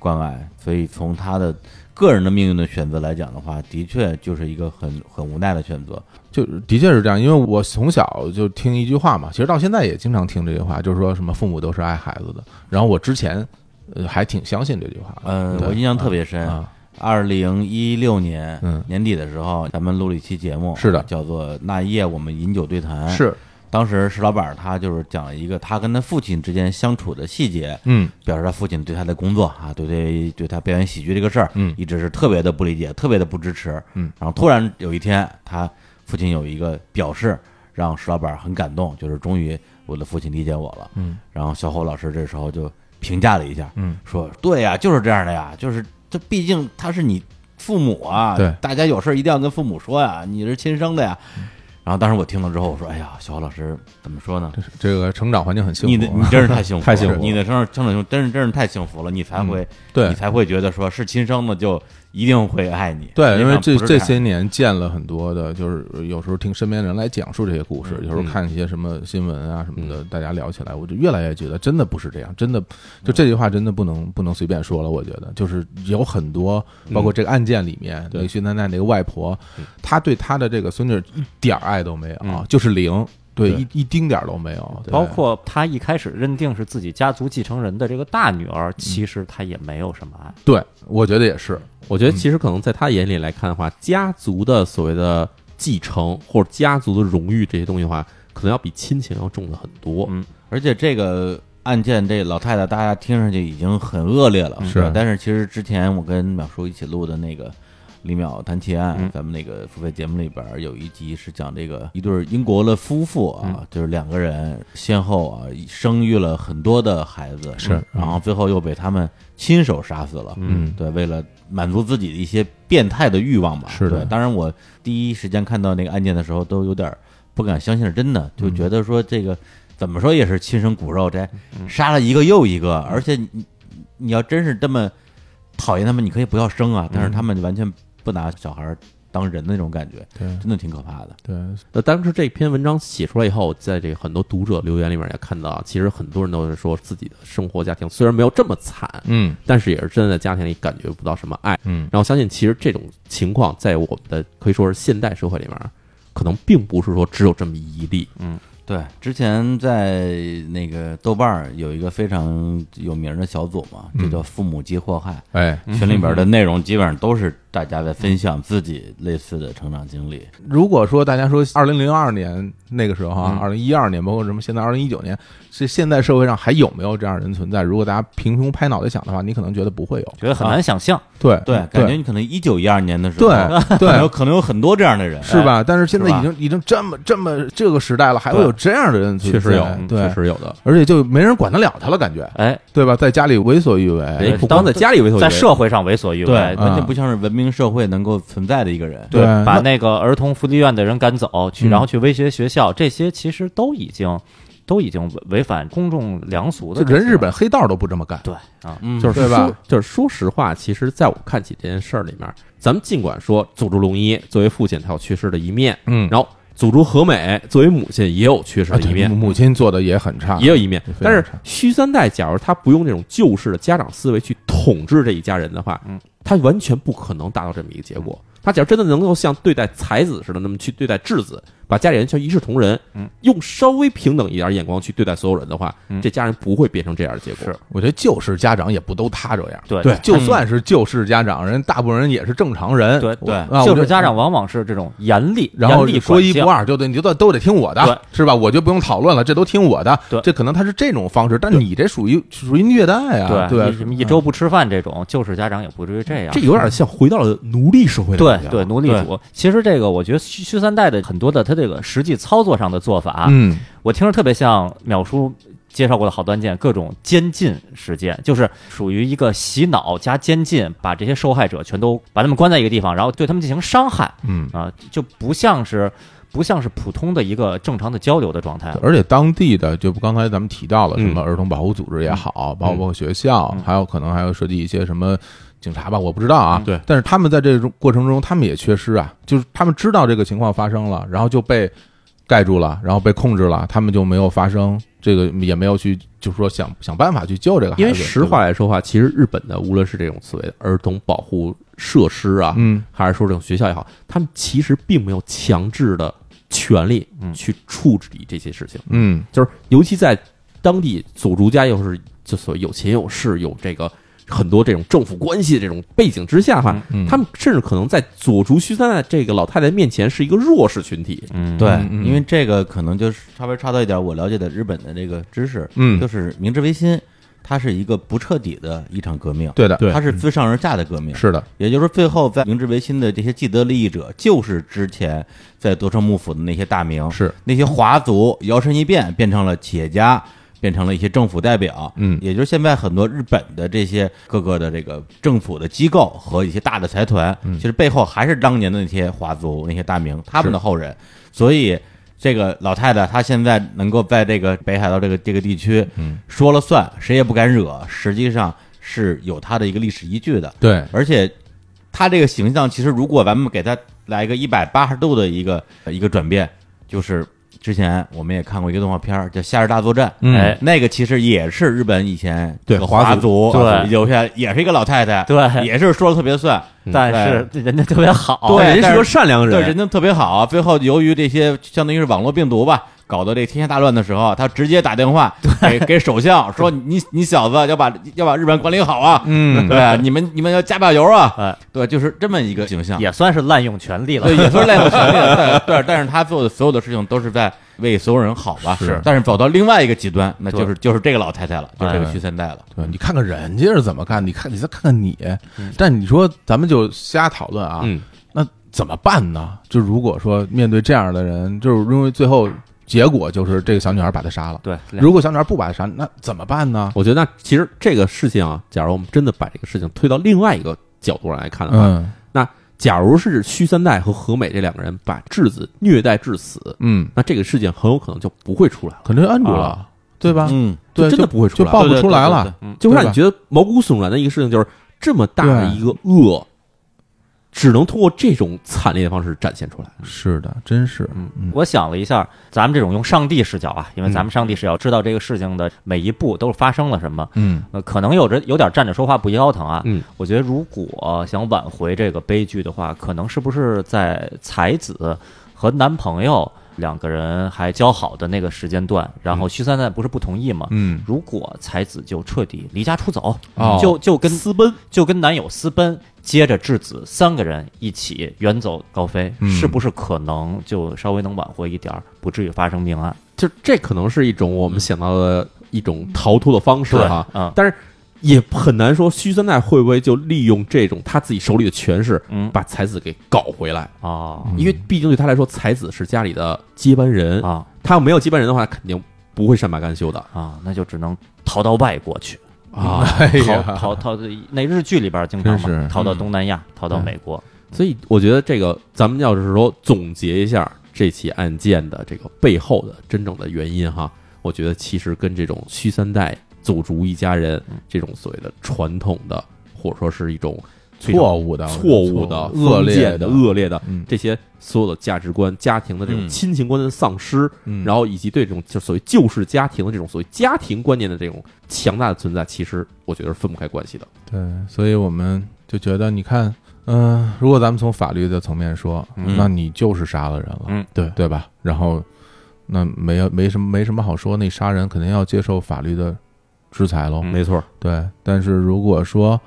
S1: 关爱，所以从他的个人的命运的选择来讲的话，的确就是一个很很无奈的选择，
S2: 就的确是这样，因为我从小就听一句话嘛，其实到现在也经常听这句话，就是说什么父母都是爱孩子的。然后我之前呃还挺相信这句话的，
S1: 嗯、
S2: 对
S1: 我印象特别深，
S2: 啊，
S1: 二零一六年
S2: 嗯
S1: 年底的时候，咱们录了一期节目，
S2: 是的
S1: 叫做《那一夜我们饮酒对谈》。，
S2: 是，
S1: 当时石老板他就是讲了一个他跟他父亲之间相处的细节，
S2: 嗯
S1: 表示他父亲对他的工作啊，对对对他表演喜剧这个事儿，
S2: 嗯
S1: 一直是特别的不理解，特别的不支持，
S2: 嗯，
S1: 然后突然有一天，他父亲有一个表示，让石老板很感动，就是终于我的父亲理解我了，
S2: 嗯
S1: 然后小侯老师这时候就评价了一下，
S2: 嗯，
S1: 说对呀、就是这样的呀，就是这毕竟他是你父母啊，
S2: 对
S1: 大家有事儿一定要跟父母说呀，你是亲生的呀。然后当时我听了之后，我说，哎呀，小侯老师怎么说呢？
S2: 这是这个成长环境很幸
S1: 你的
S2: 福
S1: 你
S2: 啊，
S1: 真是太幸福了，
S2: 太幸福了嗯
S1: 你的成长成长兄真是真是太幸福了，你才会、你
S2: 对
S1: 才会觉得说是亲生的就一定会爱你。实
S2: 对，
S1: 际
S2: 因为
S1: 上
S2: 这
S1: 不是
S2: 这
S1: 样
S2: 些年见了很多的，就是有时候听身边人来讲述这些故事，有时
S1: 嗯
S2: 候看一些什么新闻啊什么的，大家聊起来，我就越来越觉得真的不是这样，真的就这句话真的不能不能随便说了，我觉得就是有很多，包
S1: 嗯
S2: 括这个案件里面，那
S3: 对
S2: 个薛丹丹那个外婆，她对她的这个孙女一点儿爱都没
S1: 嗯
S2: 有，就是零，对，
S3: 对
S2: 一一丁点儿都没有，对
S4: 包括他一开始认定是自己家族继承人的这个大女儿，其实他也没有什么爱。
S2: 对，我觉得也是，
S3: 我觉得其实可能在他眼里来看的话，家族的所谓的继承或者家族的荣誉这些东西的话，可能要比亲情要重的很多。
S4: 嗯
S1: 而且这个案件，这老太太大家听上去已经很恶劣了，
S2: 是
S1: 吧但是其实之前我跟淼叔一起录的那个《李淼谈奇案》
S4: 嗯
S1: 咱们那个付费节目里边儿有一集是讲这个一对儿英国的夫妇啊，
S2: 嗯
S1: 就是两个人先后啊生育了很多的孩子，
S2: 是
S1: 嗯然后最后又被他们亲手杀死了，
S2: 嗯
S1: 对，为了满足自己的一些变态的欲望吧。
S2: 是的
S1: 对当然我第一时间看到那个案件的时候，都有点儿不敢相信是真的，
S2: 嗯
S1: 就觉得说这个怎么说也是亲生骨肉，这杀了一个又一个，而且你你你要真是这么讨厌他们，你可以不要生啊，
S2: 嗯
S1: 但是他们完全不拿小孩儿当人的那种感觉，
S2: 对
S1: 真的挺可怕的。
S2: 对，
S3: 那当时这篇文章写出来以后，在这个很多读者留言里面也看到啊，其实很多人都是说自己的生活家庭虽然没有这么惨，
S2: 嗯
S3: 但是也是真的在家庭里感觉不到什么爱。
S2: 嗯
S3: 然后我相信，其实这种情况在我们的可以说是现代社会里面，可能并不是说只有这么一例。
S2: 嗯
S1: 对，之前在那个豆瓣儿有一个非常有名的小组嘛，就叫“父母即祸害”，
S2: 哎，
S1: 群里边的内容基本上都是大家在分享自己类似的成长经历。
S2: 如果说大家说二零零二年那个时候啊，二零一二年，包括什么现在二零一九年，是现在社会上还有没有这样的人存在？如果大家凭空拍脑袋想的话，你可能觉得不会有。嗯
S4: 觉得很难想象，
S2: 对
S1: 对，感觉
S2: 对
S1: 你可能一九一二年的时候，
S2: 对
S1: 可能有
S2: 对，
S1: 可能有很多这样的人，哎
S2: 是吧？但是现在
S1: 是吧
S2: 已经已经这么这么这个时代了，还会有这样的人存在？
S3: 确实有，确
S2: 对，
S3: 实有的。
S2: 而且就没人管得了他了，感觉
S4: 哎，
S2: 对吧？在家里为所欲
S3: 人
S2: 为，
S3: 哎不光在家里为所欲为
S4: 在社会上为所欲
S1: 哎？
S4: 为
S1: 对，，
S2: 嗯
S1: 完全不像是文明社会能够存在的一个人。
S2: 对
S4: 把
S2: 嗯那
S4: 那个儿童福利院的人赶走，去
S2: 嗯
S4: 然后去威胁学校，这些其实都已经都已经违违反公众良俗的
S2: 就
S4: 这些。
S2: 人日本黑道都不这么干。
S4: 对啊，
S1: 嗯，
S3: 就是
S2: 对吧
S3: 说，就是说实话，其实在我看起这件事儿里面，咱们尽管说佐助龙一作为父亲他有去世的一面，
S2: 嗯
S3: 然后佐助和美作为母亲也有去世
S2: 啊
S3: 的一
S2: 对
S3: 面，
S2: 啊母亲做的也很差，
S3: 也有一面
S2: 非常。
S3: 但是
S2: 差
S3: 须三代，假如他不用这种旧式的家长思维去统治这一家人的话，
S4: 嗯，
S3: 他完全不可能达到这么一个结果。他假如真的能够像对待才子似的那么去对待质子，把家里人全一视同仁，
S4: 嗯，
S3: 用稍微平等一点眼光去对待所有人的话，
S4: 嗯
S3: 这家人不会变成这样的结果。
S4: 是
S2: 我觉得就是家长也不都他这样，
S4: 对
S2: 就算是就是家长，人大部分人也是正常人，
S4: 对
S1: 对
S2: 啊
S4: 就是家长。往往是这种严厉，
S2: 我就然后
S4: 严厉
S2: 说一
S4: 管
S2: 不
S4: 教，
S2: 二，就对，你就都都得听我
S4: 对
S2: 的，是吧？我就不用讨论了，这都听我的。
S4: 对
S2: 这可能他是这种方式，但你这属于属于虐待啊，
S4: 对
S2: 对
S4: 你什么一周不吃饭这种，就是家长也不至于这样。
S3: 这有点像回到了奴隶社会的
S4: 对
S3: 感觉啊
S4: 对，奴隶主。其实这个，我觉得虚虚三代的很多的他的这个实际操作上的做法，啊
S2: 嗯
S4: 我听着特别像淼叔介绍过的好端健各种监禁事件，就是属于一个洗脑加监禁，把这些受害者全都把他们关在一个地方，然后对他们进行伤害
S2: 嗯，
S4: 啊，就不像是不像是普通的一个正常的交流的状态。
S2: 而且当地的就刚才咱们提到了
S3: 嗯
S2: 什么儿童保护组织也好，包括包括学校，
S4: 嗯
S2: 还有可能还有涉及一些什么。警察吧，我不知道啊
S4: 嗯。
S3: 对
S2: 但是他们在这种过程中，他们也缺失啊，就是他们知道这个情况发生了，然后就被盖住了，然后被控制了，他们就没有发生这个，也没有去，就是说想想办法去救这个孩子。
S3: 因为实
S2: 对吧
S3: 话，来说的话，其实日本的无论是这种所谓的儿童保护设施啊，
S2: 嗯，
S3: 还是说这种学校也好，他们其实并没有强制的权利
S4: 嗯
S3: 去处理这些事情。
S2: 嗯
S3: 就是尤其在当地佐竹家又是就所谓有钱有势有这个很多这种政府关系的这种背景之下哈，
S2: 嗯
S3: 他们甚至可能在佐竹须三的这个老太太面前是一个弱势群体。
S4: 嗯，
S1: 对，
S2: 嗯嗯
S1: 因为这个可能就是稍微插到一点我了解的日本的这个知识，
S2: 嗯
S1: 就是明治维新，它是一个不彻底的一场革命，
S2: 对的，
S3: 对嗯
S1: 它是自上而下的革命，
S2: 是的，
S1: 也就是说，最后在明治维新的这些既得利益者，就是之前在多城幕府的那些大名，
S2: 是
S1: 那些华族摇身一变变成了企业家，变成了一些政府代表，
S2: 嗯
S1: 也就是现在很多日本的这些各个的这个政府的机构和一些大的财团，
S2: 嗯
S1: 其实背后还是当年的那些华族、那些大名他们的后人，所以。这个老太太她现在能够在这个北海道这个这个地区，嗯，说了算，谁也不敢惹，实际上是有她的一个历史依据的。
S2: 对，
S1: 而且他这个形象，其实如果咱们给他来一个一百八十度的一个一个转变，就是之前我们也看过一个动画片儿叫《夏日大作战》，
S2: 嗯
S4: 哎，
S1: 那个其实也是日本以前
S2: 对
S1: 这个
S2: 华
S1: 华
S2: 族
S1: 族
S4: 对
S1: 留下，也是一个老太太，
S4: 对
S1: 也是说的特别算，
S4: 但是人家特别好，
S1: 对
S3: 人
S1: 但
S3: 是
S1: 是
S3: 个善良
S1: 对
S3: 人，
S1: 人家特别好。啊最后由于这些相当于是网络病毒吧。搞得这天下大乱的时候，他直接打电话给给首相说：“你你小子要把要把日本管理好啊！
S2: 嗯
S1: 对，你们你们要加把油啊！
S4: 哎
S1: 对，就是这么一个形象。
S4: 也算是滥用权力了
S1: 对，。也不是滥用权力了，对，对但是他做的所有的事情都是在为所有人好吧？
S2: 是
S1: 但是走到另外一个极端，那
S4: 对
S1: 就是就是这个老太太了，就是这个
S2: 哎
S1: 徐三代了。
S2: 对，你看看人家是怎么干，你看你再看看你，但你说咱们就瞎讨论啊，
S3: 嗯，
S2: 那怎么办呢？就如果说面对这样的人，就是因为最后结果就是这个小女孩把他杀了，
S4: 对，
S2: 如果小女孩不把他杀，那怎么办呢？
S3: 我觉得那其实这个事情啊，假如我们真的把这个事情推到另外一个角度上来看的话，
S2: 嗯
S3: 假如是须三代和和美这两个人把质子虐待致死，
S2: 嗯，
S3: 那这个事情很有可能就不会出来了，
S2: 肯定摁住了
S3: 啊，
S2: 对吧？
S1: 嗯，
S2: 对，
S3: 就真的不会出
S2: 就
S3: 来
S2: 爆不
S1: 对对
S2: 出来
S1: 对
S2: 了
S1: 对，
S3: 就会让
S2: 对
S3: 你
S2: 吧
S3: 觉得毛骨悚然的一个事情，就是这么大的一个恶，只能通过这种惨烈的方式展现出来。
S2: 是的，真是，嗯
S4: 我想了一下，咱们这种用上帝视角啊，因为咱们上帝视角知道这个事情的每一步都是发生了什么，
S2: 嗯
S4: 呃，可能有着有点站着说话不腰疼啊。
S3: 嗯，
S4: 我觉得如果想挽回这个悲剧的话，可能是不是在才子和男朋友两个人还交好的那个时间段，然后徐三代不是不同意吗？
S2: 嗯，
S4: 如果才子就彻底离家出走，
S2: 哦
S4: 就就跟私奔，就跟男友私奔，接着质子三个人一起远走高飞，
S2: 嗯
S4: 是不是可能就稍微能挽回一点儿，不至于发生命案？
S3: 就这可能是一种我们想到的一种逃脱的方式哈，
S4: 嗯
S3: 但是也很难说须三代会不会就利用这种他自己手里的权势，
S4: 嗯
S3: 把才子给搞回来，
S4: 哦
S3: 因为毕竟对他来说，才子是家里的接班人，
S4: 啊
S3: 他要没有接班人的话，肯定不会善罢甘休的
S4: 啊，那就只能逃到外国去。
S3: 啊。
S2: 哎
S4: 逃
S2: 呀，
S4: 逃逃，那日剧里边经常
S2: 真是
S4: 嘛，逃到
S3: 嗯
S4: 东南亚，逃到美国，
S3: 所以我觉得这个，咱们要是说总结一下这起案件的这个背后的真正的原因哈，我觉得其实跟这种须三代走卒一家人这种所谓的传统的，或者说是一种非常
S2: 错误的，
S3: 啊错误的、
S2: 恶
S3: 封
S2: 劣
S3: 建的、恶劣的
S2: 嗯
S3: 这些所有的价值观、家庭的这种
S1: 嗯
S3: 亲情观的丧失，
S2: 嗯
S3: 然后以及对这种就所谓旧式家庭的这种所谓家庭观念的这种强大的存在，其实我觉得是分不开关系的。
S2: 对，所以我们就觉得，你看，嗯、如果咱们从法律的层面说，
S1: 嗯
S2: 那你就是杀了人了，
S4: 嗯
S2: 对对吧？然后，那没有没什么没什么好说，那杀人肯定要接受法律的制裁喽。
S1: 嗯
S3: 没错，
S2: 对，但是如果说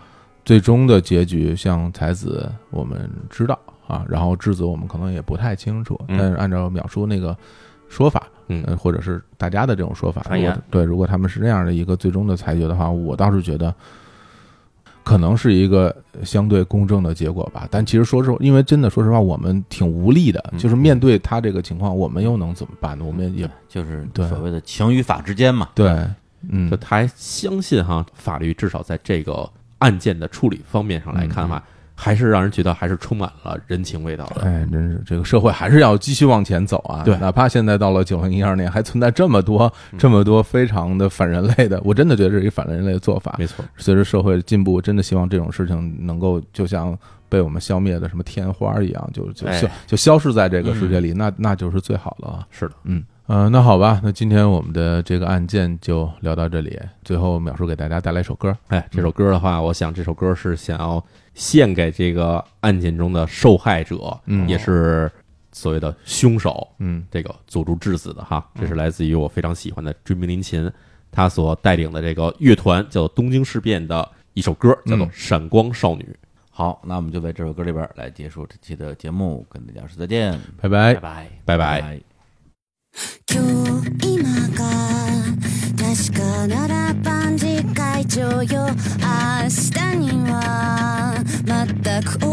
S2: 最终的结局像才子，我们知道啊，然后质子我们可能也不太清楚，
S3: 嗯
S2: 但是按照淼叔那个说法，
S3: 嗯
S2: 呃，或者是大家的这种说法，
S4: 传
S2: 如果
S4: 言
S2: 对，如果他们是那样的一个最终的裁决的话，我倒是觉得可能是一个相对公正的结果吧。但其实说实话，因为真的说实话，我们挺无力的，
S3: 嗯
S2: 就是面对他这个情况，我们又能怎么办呢？我们也
S1: 就是
S2: 对
S1: 所谓的情与法之间嘛。
S2: 对，嗯
S3: 就，他还相信哈，法律至少在这个案件的处理方面上来看的话，还是让人觉得还是充满了人情味道的。
S2: 哎，真是这个社会还是要继续往前走啊！
S3: 对嗯
S2: 哪怕现在到了九零一二年，还存在这么多、这么多非常的反人类的，我真的觉得这是一反人类的做法。
S3: 没错，
S2: 随着社会进步，真的希望这种事情能够就像被我们消灭的什么天花一样，就就
S3: 哎嗯
S2: 消就消失在这个世界里，那那就是最好了啊！
S3: 是的，
S2: 嗯。呃，那好吧，那今天我们的这个案件就聊到这里。最后，淼叔给大家带来一首歌，
S3: 哎，这首歌的话，我想这首歌是想要献给这个案件中的受害者，
S2: 嗯
S3: 也是所谓的凶手，
S2: 嗯
S3: 这个佐助智子的哈，这是来自于我非常喜欢的追名林琴，他所带领的这个乐团叫做东京事变的一首歌，叫做
S2: 嗯
S3: 《闪光少女》。
S1: 好，那我们就在这首歌里边来结束这期的节目，跟大家说再见，
S2: 拜拜
S4: 拜。拜。
S1: 拜
S3: 拜拜。
S1: 拜。
S5: 今日今か確かなら万事会長よ明日には全く同